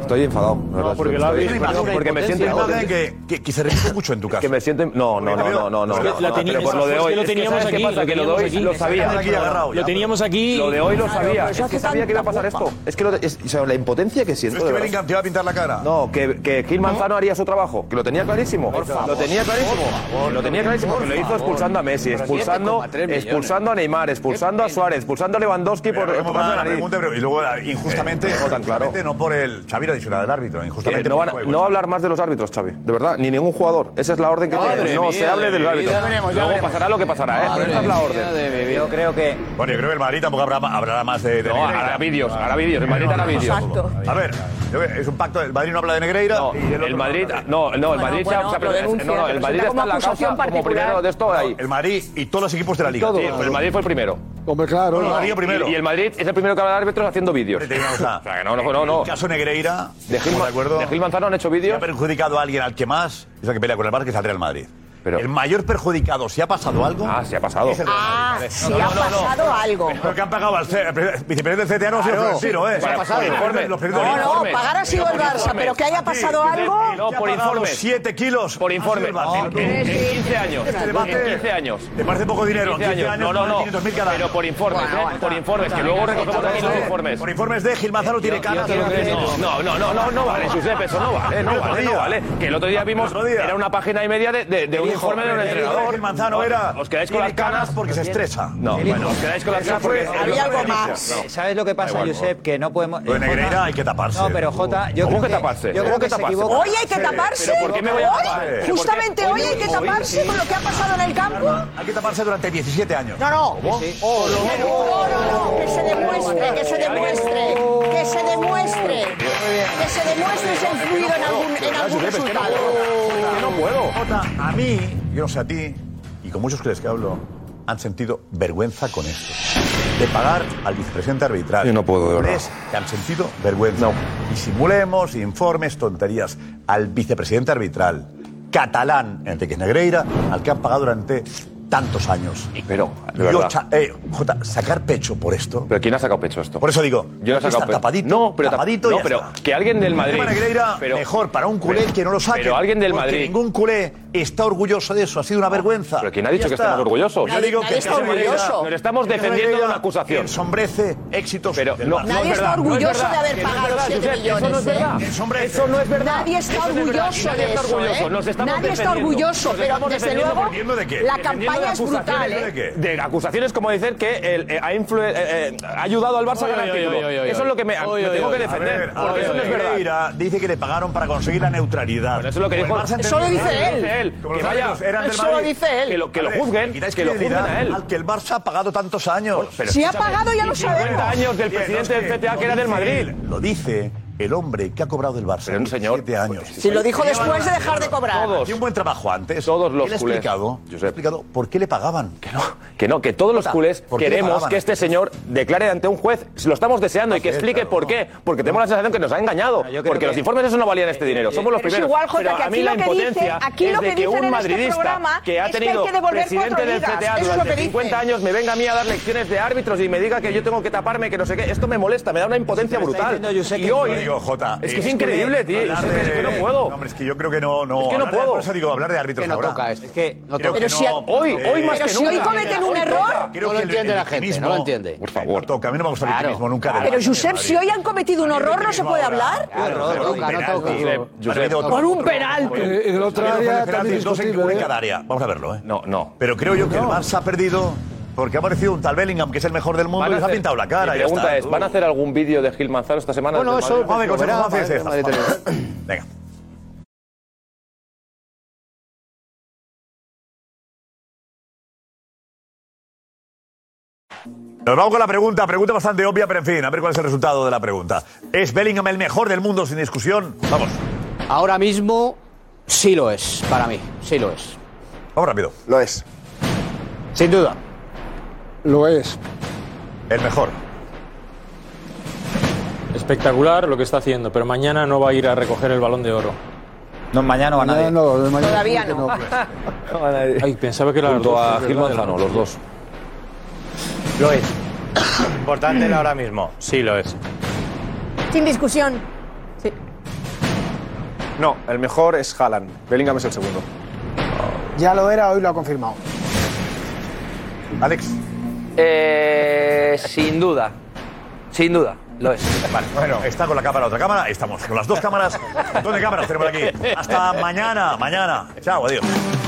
[SPEAKER 12] Estoy enfadado. de verdad.
[SPEAKER 2] porque la
[SPEAKER 12] Estoy-
[SPEAKER 2] habéis-
[SPEAKER 12] porque, me siento
[SPEAKER 2] Una imagen que, que, que se repite mucho en tu casa.
[SPEAKER 12] que me siento no no no no no no,
[SPEAKER 2] Es que la
[SPEAKER 12] no,
[SPEAKER 2] teni-
[SPEAKER 12] pero por lo de
[SPEAKER 2] es que
[SPEAKER 12] hoy
[SPEAKER 2] lo
[SPEAKER 12] es que
[SPEAKER 2] teníamos
[SPEAKER 12] ¿sabes
[SPEAKER 2] aquí,
[SPEAKER 12] qué pasa
[SPEAKER 2] lo
[SPEAKER 12] que lo de
[SPEAKER 2] teníamos
[SPEAKER 12] hoy
[SPEAKER 2] aquí.
[SPEAKER 12] lo sabía
[SPEAKER 2] Aquí agarrado ya. Lo teníamos aquí.
[SPEAKER 12] lo de hoy lo
[SPEAKER 2] Claro,
[SPEAKER 12] sabía
[SPEAKER 2] pero eso
[SPEAKER 12] es que
[SPEAKER 2] hace
[SPEAKER 12] sabía que iba a pasar
[SPEAKER 2] tanta
[SPEAKER 12] esto es que lo de- es- o sea, la impotencia que siento
[SPEAKER 2] ¿Crees que
[SPEAKER 12] de verdad.
[SPEAKER 2] Bellingham te va a pintar la cara?
[SPEAKER 12] no que que Gil Manzano haría su trabajo que lo tenía clarísimo
[SPEAKER 2] Por favor.
[SPEAKER 12] lo tenía clarísimo
[SPEAKER 2] Por favor.
[SPEAKER 12] lo tenía clarísimo
[SPEAKER 2] Por
[SPEAKER 12] que lo hizo
[SPEAKER 2] favor.
[SPEAKER 12] expulsando a Messi
[SPEAKER 2] Pero
[SPEAKER 12] expulsando
[SPEAKER 2] 7,3 millones.
[SPEAKER 12] expulsando a Neymar expulsando a Suárez expulsando a Lewandowski por
[SPEAKER 2] Pero
[SPEAKER 12] tocando
[SPEAKER 2] hemos parado
[SPEAKER 12] la
[SPEAKER 2] la
[SPEAKER 12] nariz
[SPEAKER 2] pregunta, pero- y luego la- injustamente,
[SPEAKER 12] Eh, no tan claro.
[SPEAKER 2] injustamente, no por el... Xavi lo ha dicho, la del árbitro,
[SPEAKER 12] Que
[SPEAKER 2] injustamente.
[SPEAKER 12] no,
[SPEAKER 2] por
[SPEAKER 12] van
[SPEAKER 2] el
[SPEAKER 12] a,
[SPEAKER 2] juego.
[SPEAKER 12] no hablar más de los árbitros, Xavi. De verdad, ni ningún jugador. Esa es la orden que
[SPEAKER 2] Madre
[SPEAKER 12] tiene. No
[SPEAKER 2] mía
[SPEAKER 12] se hable
[SPEAKER 2] de
[SPEAKER 12] del
[SPEAKER 2] mi
[SPEAKER 12] árbitro.
[SPEAKER 2] vida. Ya veremos, ya
[SPEAKER 12] Luego
[SPEAKER 2] veremos.
[SPEAKER 12] pasará lo que pasará, ¿eh? Pero esta es la orden.
[SPEAKER 13] Yo creo que.
[SPEAKER 2] Bueno, yo creo que el Madrid tampoco habrá, habrá más de. de
[SPEAKER 12] No,
[SPEAKER 2] Negreira.
[SPEAKER 12] hará vídeos, hará vídeos, el Madrid hará vídeos. Exacto.
[SPEAKER 2] A ver, yo creo que es un pacto. El Madrid no habla de Negreira. y el, otro
[SPEAKER 12] El Madrid,
[SPEAKER 2] no habla de-
[SPEAKER 12] no, no, el Madrid se ha- se ha No, no, el Madrid está en la causa como primero de esto ahí.
[SPEAKER 2] El Madrid y todos los equipos de la Liga.
[SPEAKER 12] Sí, pero el Madrid fue el primero.
[SPEAKER 18] Hombre, claro.
[SPEAKER 2] la Liga primero.
[SPEAKER 12] Y, y el Madrid es el primero que habla de árbitros haciendo vídeos.
[SPEAKER 2] Te digo una cosa.
[SPEAKER 12] O sea, que no, no, no, no.
[SPEAKER 2] El caso Negreira,
[SPEAKER 12] De Gil,
[SPEAKER 2] ¿estamos
[SPEAKER 12] Ma-
[SPEAKER 2] de acuerdo?
[SPEAKER 12] de Gil Manzano han hecho vídeos.
[SPEAKER 2] Ha perjudicado a alguien al que más es el que pelea con el Barça, que es el Real Madrid. el mayor perjudicado, si ha pasado algo. Ah, si ha pasado.
[SPEAKER 8] Ah, si ha pasado algo.
[SPEAKER 2] Pero que han pagado al C- al vicepresidente del CTA no ha sido
[SPEAKER 8] Claro.
[SPEAKER 2] Florentino, ¿eh?
[SPEAKER 8] Se ha pasado.
[SPEAKER 2] Los primeros- los primeros
[SPEAKER 8] No, no,
[SPEAKER 2] informes.
[SPEAKER 8] pagar ha sido el
[SPEAKER 2] Los
[SPEAKER 8] Barça,
[SPEAKER 2] informes.
[SPEAKER 8] pero que haya pasado
[SPEAKER 2] Sí,
[SPEAKER 8] algo.
[SPEAKER 2] sí, sí,
[SPEAKER 12] No, por
[SPEAKER 2] que ha pagado
[SPEAKER 12] informes.
[SPEAKER 2] 7 kilos.
[SPEAKER 12] Por informes.
[SPEAKER 2] Ha sido el
[SPEAKER 12] En,
[SPEAKER 2] Barça.
[SPEAKER 12] en- en 15 años.
[SPEAKER 2] Este debate-
[SPEAKER 12] En 15 años.
[SPEAKER 2] ¿Te parece poco dinero?
[SPEAKER 12] 15 años. No, no, no.
[SPEAKER 2] 500.000 cada año.
[SPEAKER 12] Pero por informes, ¿eh? Por informes, que luego recogemos aquí los informes.
[SPEAKER 2] Por informes de Gil Manzano tiene canas.
[SPEAKER 12] No, no, no, no, no vale, Giuseppe, eso no vale, no vale, no vale. Que el otro día vimos, era una página y media de, de- de un informe de un entrenador.
[SPEAKER 2] Gil Manzano era.
[SPEAKER 12] Os quedáis con
[SPEAKER 2] tiene
[SPEAKER 12] las canas.
[SPEAKER 2] porque se estresa.
[SPEAKER 12] No, bueno, os quedáis con las
[SPEAKER 2] Esa
[SPEAKER 12] canas
[SPEAKER 2] fue-
[SPEAKER 12] porque...
[SPEAKER 2] Había algo
[SPEAKER 12] más.
[SPEAKER 13] Eh, ¿Sabes lo que pasa,
[SPEAKER 12] igual,
[SPEAKER 13] Josep? Que no podemos.
[SPEAKER 2] Lo de
[SPEAKER 13] eh,
[SPEAKER 2] Negreira
[SPEAKER 13] Jota-
[SPEAKER 2] hay que taparse.
[SPEAKER 13] No, pero Jota, yo
[SPEAKER 12] ¿Cómo
[SPEAKER 13] creo
[SPEAKER 12] que
[SPEAKER 13] que,
[SPEAKER 12] taparse?
[SPEAKER 13] Yo
[SPEAKER 12] ¿Cómo
[SPEAKER 13] creo
[SPEAKER 12] que
[SPEAKER 13] que se
[SPEAKER 12] taparse?
[SPEAKER 13] equivoca.
[SPEAKER 12] Hoy hay que taparse. ¿Pero por qué me voy a tapar?
[SPEAKER 2] Hoy,
[SPEAKER 12] ¿Pero por qué?
[SPEAKER 8] Justamente hoy hay que taparse con lo que ha pasado en el campo.
[SPEAKER 2] Hay que taparse durante 17 años.
[SPEAKER 8] No, no. No, no, no. Que se demuestre, que se demuestre, que se demuestre. Que se demuestre ese influido en algún, en algún resultado.
[SPEAKER 2] no puedo. Jota, a mí, yo no sé a ti, y con muchos que les que hablo, han sentido vergüenza con esto. de pagar al vicepresidente arbitral. Yo no puedo, de verdad. que han sentido vergüenza. No. Y simulemos informes, tonterías al vicepresidente arbitral catalán, Enrique Negreira, al que han pagado durante tantos años. Pero,
[SPEAKER 12] de verdad.
[SPEAKER 2] Jota, sacar pecho por esto.
[SPEAKER 12] ¿Pero quién ha sacado pecho esto?
[SPEAKER 2] Por eso digo,
[SPEAKER 12] yo no he
[SPEAKER 2] aquí
[SPEAKER 12] sacado
[SPEAKER 2] está
[SPEAKER 12] pecho.
[SPEAKER 2] tapadito,
[SPEAKER 12] No, pero tap-
[SPEAKER 2] tapadito y
[SPEAKER 12] no,
[SPEAKER 2] ya
[SPEAKER 12] pero
[SPEAKER 2] está.
[SPEAKER 12] que alguien del
[SPEAKER 2] Enrique
[SPEAKER 12] Madrid.
[SPEAKER 2] Negreira,
[SPEAKER 12] pero-
[SPEAKER 2] mejor para un culé
[SPEAKER 12] pero-
[SPEAKER 2] que no lo saque.
[SPEAKER 12] Pero alguien del
[SPEAKER 2] porque
[SPEAKER 12] Madrid. Ah,
[SPEAKER 2] Ningún culé está orgulloso de eso, ha sido una vergüenza.
[SPEAKER 12] Pero ¿quién ha dicho
[SPEAKER 2] Ya
[SPEAKER 12] que
[SPEAKER 2] está.
[SPEAKER 12] estamos orgullosos?
[SPEAKER 2] Yo digo que este
[SPEAKER 12] Enrique Negreira- Nos estamos
[SPEAKER 2] Enrique
[SPEAKER 12] defendiendo de
[SPEAKER 2] Negreira
[SPEAKER 12] una acusación.
[SPEAKER 2] Ensombrece éxitos.
[SPEAKER 12] Pero
[SPEAKER 2] del
[SPEAKER 12] no-
[SPEAKER 2] Barça.
[SPEAKER 12] Nadie
[SPEAKER 2] es
[SPEAKER 12] está
[SPEAKER 2] verdad, no es
[SPEAKER 12] orgulloso
[SPEAKER 2] verdad,
[SPEAKER 12] de haber
[SPEAKER 2] que no es
[SPEAKER 12] pagado
[SPEAKER 2] verdad,
[SPEAKER 12] siete
[SPEAKER 2] Josep, que Eso no
[SPEAKER 12] millones,
[SPEAKER 2] es
[SPEAKER 12] ¿eh?
[SPEAKER 2] verdad.
[SPEAKER 12] Eso no es verdad.
[SPEAKER 8] Nadie está
[SPEAKER 12] Eso no es verdad.
[SPEAKER 8] orgulloso
[SPEAKER 12] Nadie
[SPEAKER 8] de
[SPEAKER 12] está
[SPEAKER 8] eso.
[SPEAKER 12] orgulloso.
[SPEAKER 8] ¿eh?
[SPEAKER 12] Nos estamos
[SPEAKER 8] Nadie está
[SPEAKER 12] defendiendo.
[SPEAKER 8] orgulloso,
[SPEAKER 12] Nos
[SPEAKER 8] pero
[SPEAKER 12] estamos
[SPEAKER 8] desde
[SPEAKER 12] defendiendo.
[SPEAKER 8] luego
[SPEAKER 12] ¿Defendiendo de qué?
[SPEAKER 8] la
[SPEAKER 12] ¿Defendiendo
[SPEAKER 8] campaña
[SPEAKER 12] de
[SPEAKER 8] es
[SPEAKER 12] acusaciones
[SPEAKER 8] brutal.
[SPEAKER 12] o de
[SPEAKER 8] ¿eh?
[SPEAKER 12] qué? De acusaciones como decir que el- eh, ha, influ- eh, eh, ha ayudado al Barça a ganar el
[SPEAKER 2] Oye, oye,
[SPEAKER 12] título.
[SPEAKER 2] oye, oye,
[SPEAKER 12] Eso es lo que me,
[SPEAKER 2] oye,
[SPEAKER 12] me
[SPEAKER 2] oye,
[SPEAKER 12] tengo que
[SPEAKER 2] oye. A
[SPEAKER 12] defender.
[SPEAKER 2] ver, a
[SPEAKER 12] porque
[SPEAKER 2] ver,
[SPEAKER 12] eso no es verdad.
[SPEAKER 2] Negreira dice que le pagaron para conseguir la neutralidad.
[SPEAKER 12] Bueno, eso es lo que dijo.
[SPEAKER 2] Pues el Barça
[SPEAKER 12] Eso lo
[SPEAKER 2] entendió-
[SPEAKER 12] dice él.
[SPEAKER 2] Como
[SPEAKER 12] Que
[SPEAKER 2] los
[SPEAKER 12] vaya-
[SPEAKER 2] árbitros eran del
[SPEAKER 12] eso lo
[SPEAKER 2] Madrid.
[SPEAKER 12] dice él. Que lo- que lo
[SPEAKER 2] A ver,
[SPEAKER 12] juzguen,
[SPEAKER 2] quitáis
[SPEAKER 12] que lo juzguen
[SPEAKER 2] credibilidad
[SPEAKER 12] a él.
[SPEAKER 2] Al que el Barça ha pagado tantos años.
[SPEAKER 12] pero Si ha escúchame, pagado, ya lo 50 sabemos. años del
[SPEAKER 2] Oye,
[SPEAKER 12] presidente
[SPEAKER 2] no, es
[SPEAKER 12] del CTA que
[SPEAKER 2] lo
[SPEAKER 12] era del
[SPEAKER 2] dice
[SPEAKER 12] Madrid.
[SPEAKER 2] él, Lo dice el hombre que ha cobrado del Barça. Pero señor. Siete años.
[SPEAKER 12] pues,
[SPEAKER 8] Si lo dijo después de dejar de cobrar.
[SPEAKER 2] Todos. Y un buen trabajo antes.
[SPEAKER 12] Todos los
[SPEAKER 2] Él ha
[SPEAKER 12] culés.
[SPEAKER 2] explicado, él ha explicado por qué le pagaban. Que no.
[SPEAKER 12] Que no, que todos los
[SPEAKER 2] Jota,
[SPEAKER 12] culés
[SPEAKER 2] ¿por qué le
[SPEAKER 12] queremos
[SPEAKER 2] pagaban?
[SPEAKER 12] que este señor declare ante un juez, si lo estamos deseando, y que
[SPEAKER 2] sí,
[SPEAKER 12] explique
[SPEAKER 2] claro,
[SPEAKER 12] por
[SPEAKER 2] no.
[SPEAKER 12] qué. Porque tenemos la sensación que nos ha engañado.
[SPEAKER 2] yo creo
[SPEAKER 12] Porque
[SPEAKER 2] que-
[SPEAKER 12] los informes esos no valían
[SPEAKER 3] Eh,
[SPEAKER 12] este dinero. Somos los
[SPEAKER 3] Pero es
[SPEAKER 12] primeros.
[SPEAKER 3] igual, Jota,
[SPEAKER 12] Pero
[SPEAKER 3] que
[SPEAKER 12] a
[SPEAKER 3] aquí
[SPEAKER 12] mí
[SPEAKER 3] lo
[SPEAKER 12] la
[SPEAKER 3] que dicen-
[SPEAKER 12] impotencia
[SPEAKER 3] aquí lo
[SPEAKER 12] es
[SPEAKER 3] que
[SPEAKER 12] de que
[SPEAKER 3] dicen
[SPEAKER 12] un
[SPEAKER 3] en este
[SPEAKER 12] madridista
[SPEAKER 3] programa
[SPEAKER 12] que ha
[SPEAKER 3] es que hay
[SPEAKER 12] tenido
[SPEAKER 3] que devolver
[SPEAKER 12] presidente
[SPEAKER 3] cuatro
[SPEAKER 12] del
[SPEAKER 3] ligas.
[SPEAKER 12] CTA
[SPEAKER 3] Eso es lo
[SPEAKER 12] durante
[SPEAKER 3] que dicen.
[SPEAKER 12] 50 años me venga a mí a dar lecciones de árbitros y me diga que yo tengo que taparme, que no sé qué. Esto me molesta, me da una impotencia
[SPEAKER 2] me está
[SPEAKER 12] brutal.
[SPEAKER 2] diciendo, yo sé
[SPEAKER 12] y
[SPEAKER 2] que-
[SPEAKER 12] hoy...
[SPEAKER 2] Yo digo, Jota,
[SPEAKER 12] es que es
[SPEAKER 2] es que
[SPEAKER 12] increíble, tío. Es
[SPEAKER 2] hablar
[SPEAKER 12] que- es que no
[SPEAKER 2] de-
[SPEAKER 12] puedo.
[SPEAKER 2] No, hombre, es que yo creo que no. no
[SPEAKER 12] Es que no
[SPEAKER 2] hablar de-
[SPEAKER 12] puedo.
[SPEAKER 2] Por eso digo, hablar de árbitros
[SPEAKER 12] Es que no
[SPEAKER 2] ahora.
[SPEAKER 12] toca esto. Es que no
[SPEAKER 2] Creo
[SPEAKER 12] toca.
[SPEAKER 2] que
[SPEAKER 12] Pero si a- hoy- hoy más
[SPEAKER 2] eh,
[SPEAKER 12] que Pero si nunca. hoy cometen un
[SPEAKER 2] Hoy
[SPEAKER 12] error,
[SPEAKER 2] toca. Creo
[SPEAKER 12] no lo
[SPEAKER 2] que el-
[SPEAKER 12] entiende
[SPEAKER 2] el
[SPEAKER 12] la gente, no lo
[SPEAKER 2] victimismo-
[SPEAKER 12] entiende.
[SPEAKER 2] Por favor. No toca, a mí no me gusta el
[SPEAKER 12] Claro.
[SPEAKER 2] victimismo nunca. del
[SPEAKER 8] Pero
[SPEAKER 2] Barça.
[SPEAKER 8] Josep, si hoy han cometido un horror, ¿no se puede
[SPEAKER 2] ahora.
[SPEAKER 8] hablar?
[SPEAKER 2] Claro,
[SPEAKER 8] no toca, no toca.
[SPEAKER 2] Por
[SPEAKER 8] Por un penalti.
[SPEAKER 2] En el otro área también dos en
[SPEAKER 18] discutible, ¿eh?
[SPEAKER 2] cada área. Vamos a verlo, ¿eh?
[SPEAKER 12] No, no.
[SPEAKER 2] Pero creo yo que el Barça ha perdido porque ha aparecido un tal Bellingham que es el mejor del mundo y les ha pintado la cara.
[SPEAKER 12] Mi
[SPEAKER 2] ya
[SPEAKER 12] pregunta
[SPEAKER 2] está.
[SPEAKER 12] es, ¿van a hacer algún vídeo de Gil Manzano esta semana?
[SPEAKER 2] Bueno,
[SPEAKER 12] desde
[SPEAKER 2] eso
[SPEAKER 12] Madrid?
[SPEAKER 2] lo Vale, consejo, verá, Juanfe, es Madrid esta. Venga. Nos vamos con la pregunta, pregunta bastante obvia, pero en fin, a ver cuál es el resultado de la pregunta. ¿Es Bellingham el mejor del mundo sin discusión? Vamos.
[SPEAKER 21] Ahora mismo sí lo es, para mí, sí lo es.
[SPEAKER 2] Vamos rápido.
[SPEAKER 18] Lo es.
[SPEAKER 21] Sin duda.
[SPEAKER 18] Lo es.
[SPEAKER 2] El mejor.
[SPEAKER 7] Espectacular lo que está haciendo, pero mañana no va a ir a recoger el balón de oro.
[SPEAKER 13] No, mañana no
[SPEAKER 18] va Mañana nadie. no, de mañana Todavía creo que no.
[SPEAKER 7] Ay, pensaba que era
[SPEAKER 12] Junto
[SPEAKER 7] las dos,
[SPEAKER 12] a
[SPEAKER 7] es
[SPEAKER 12] Gil
[SPEAKER 7] verdad,
[SPEAKER 12] Manzano,
[SPEAKER 7] de las
[SPEAKER 12] los dos.
[SPEAKER 1] Lo es. Importante ahora mismo. Sí, lo es.
[SPEAKER 3] Sin discusión.
[SPEAKER 6] No, el mejor es Haaland. Bellingham es el segundo.
[SPEAKER 23] Ya lo era, hoy lo ha confirmado.
[SPEAKER 2] Alex.
[SPEAKER 22] Eh, sin duda. Sin duda. Lo es.
[SPEAKER 2] Vale, bueno, está con la cámara, otra cámara. Estamos con las dos cámaras. ¿Dónde cámaras tenemos aquí? Hasta mañana, mañana. Chao, adiós.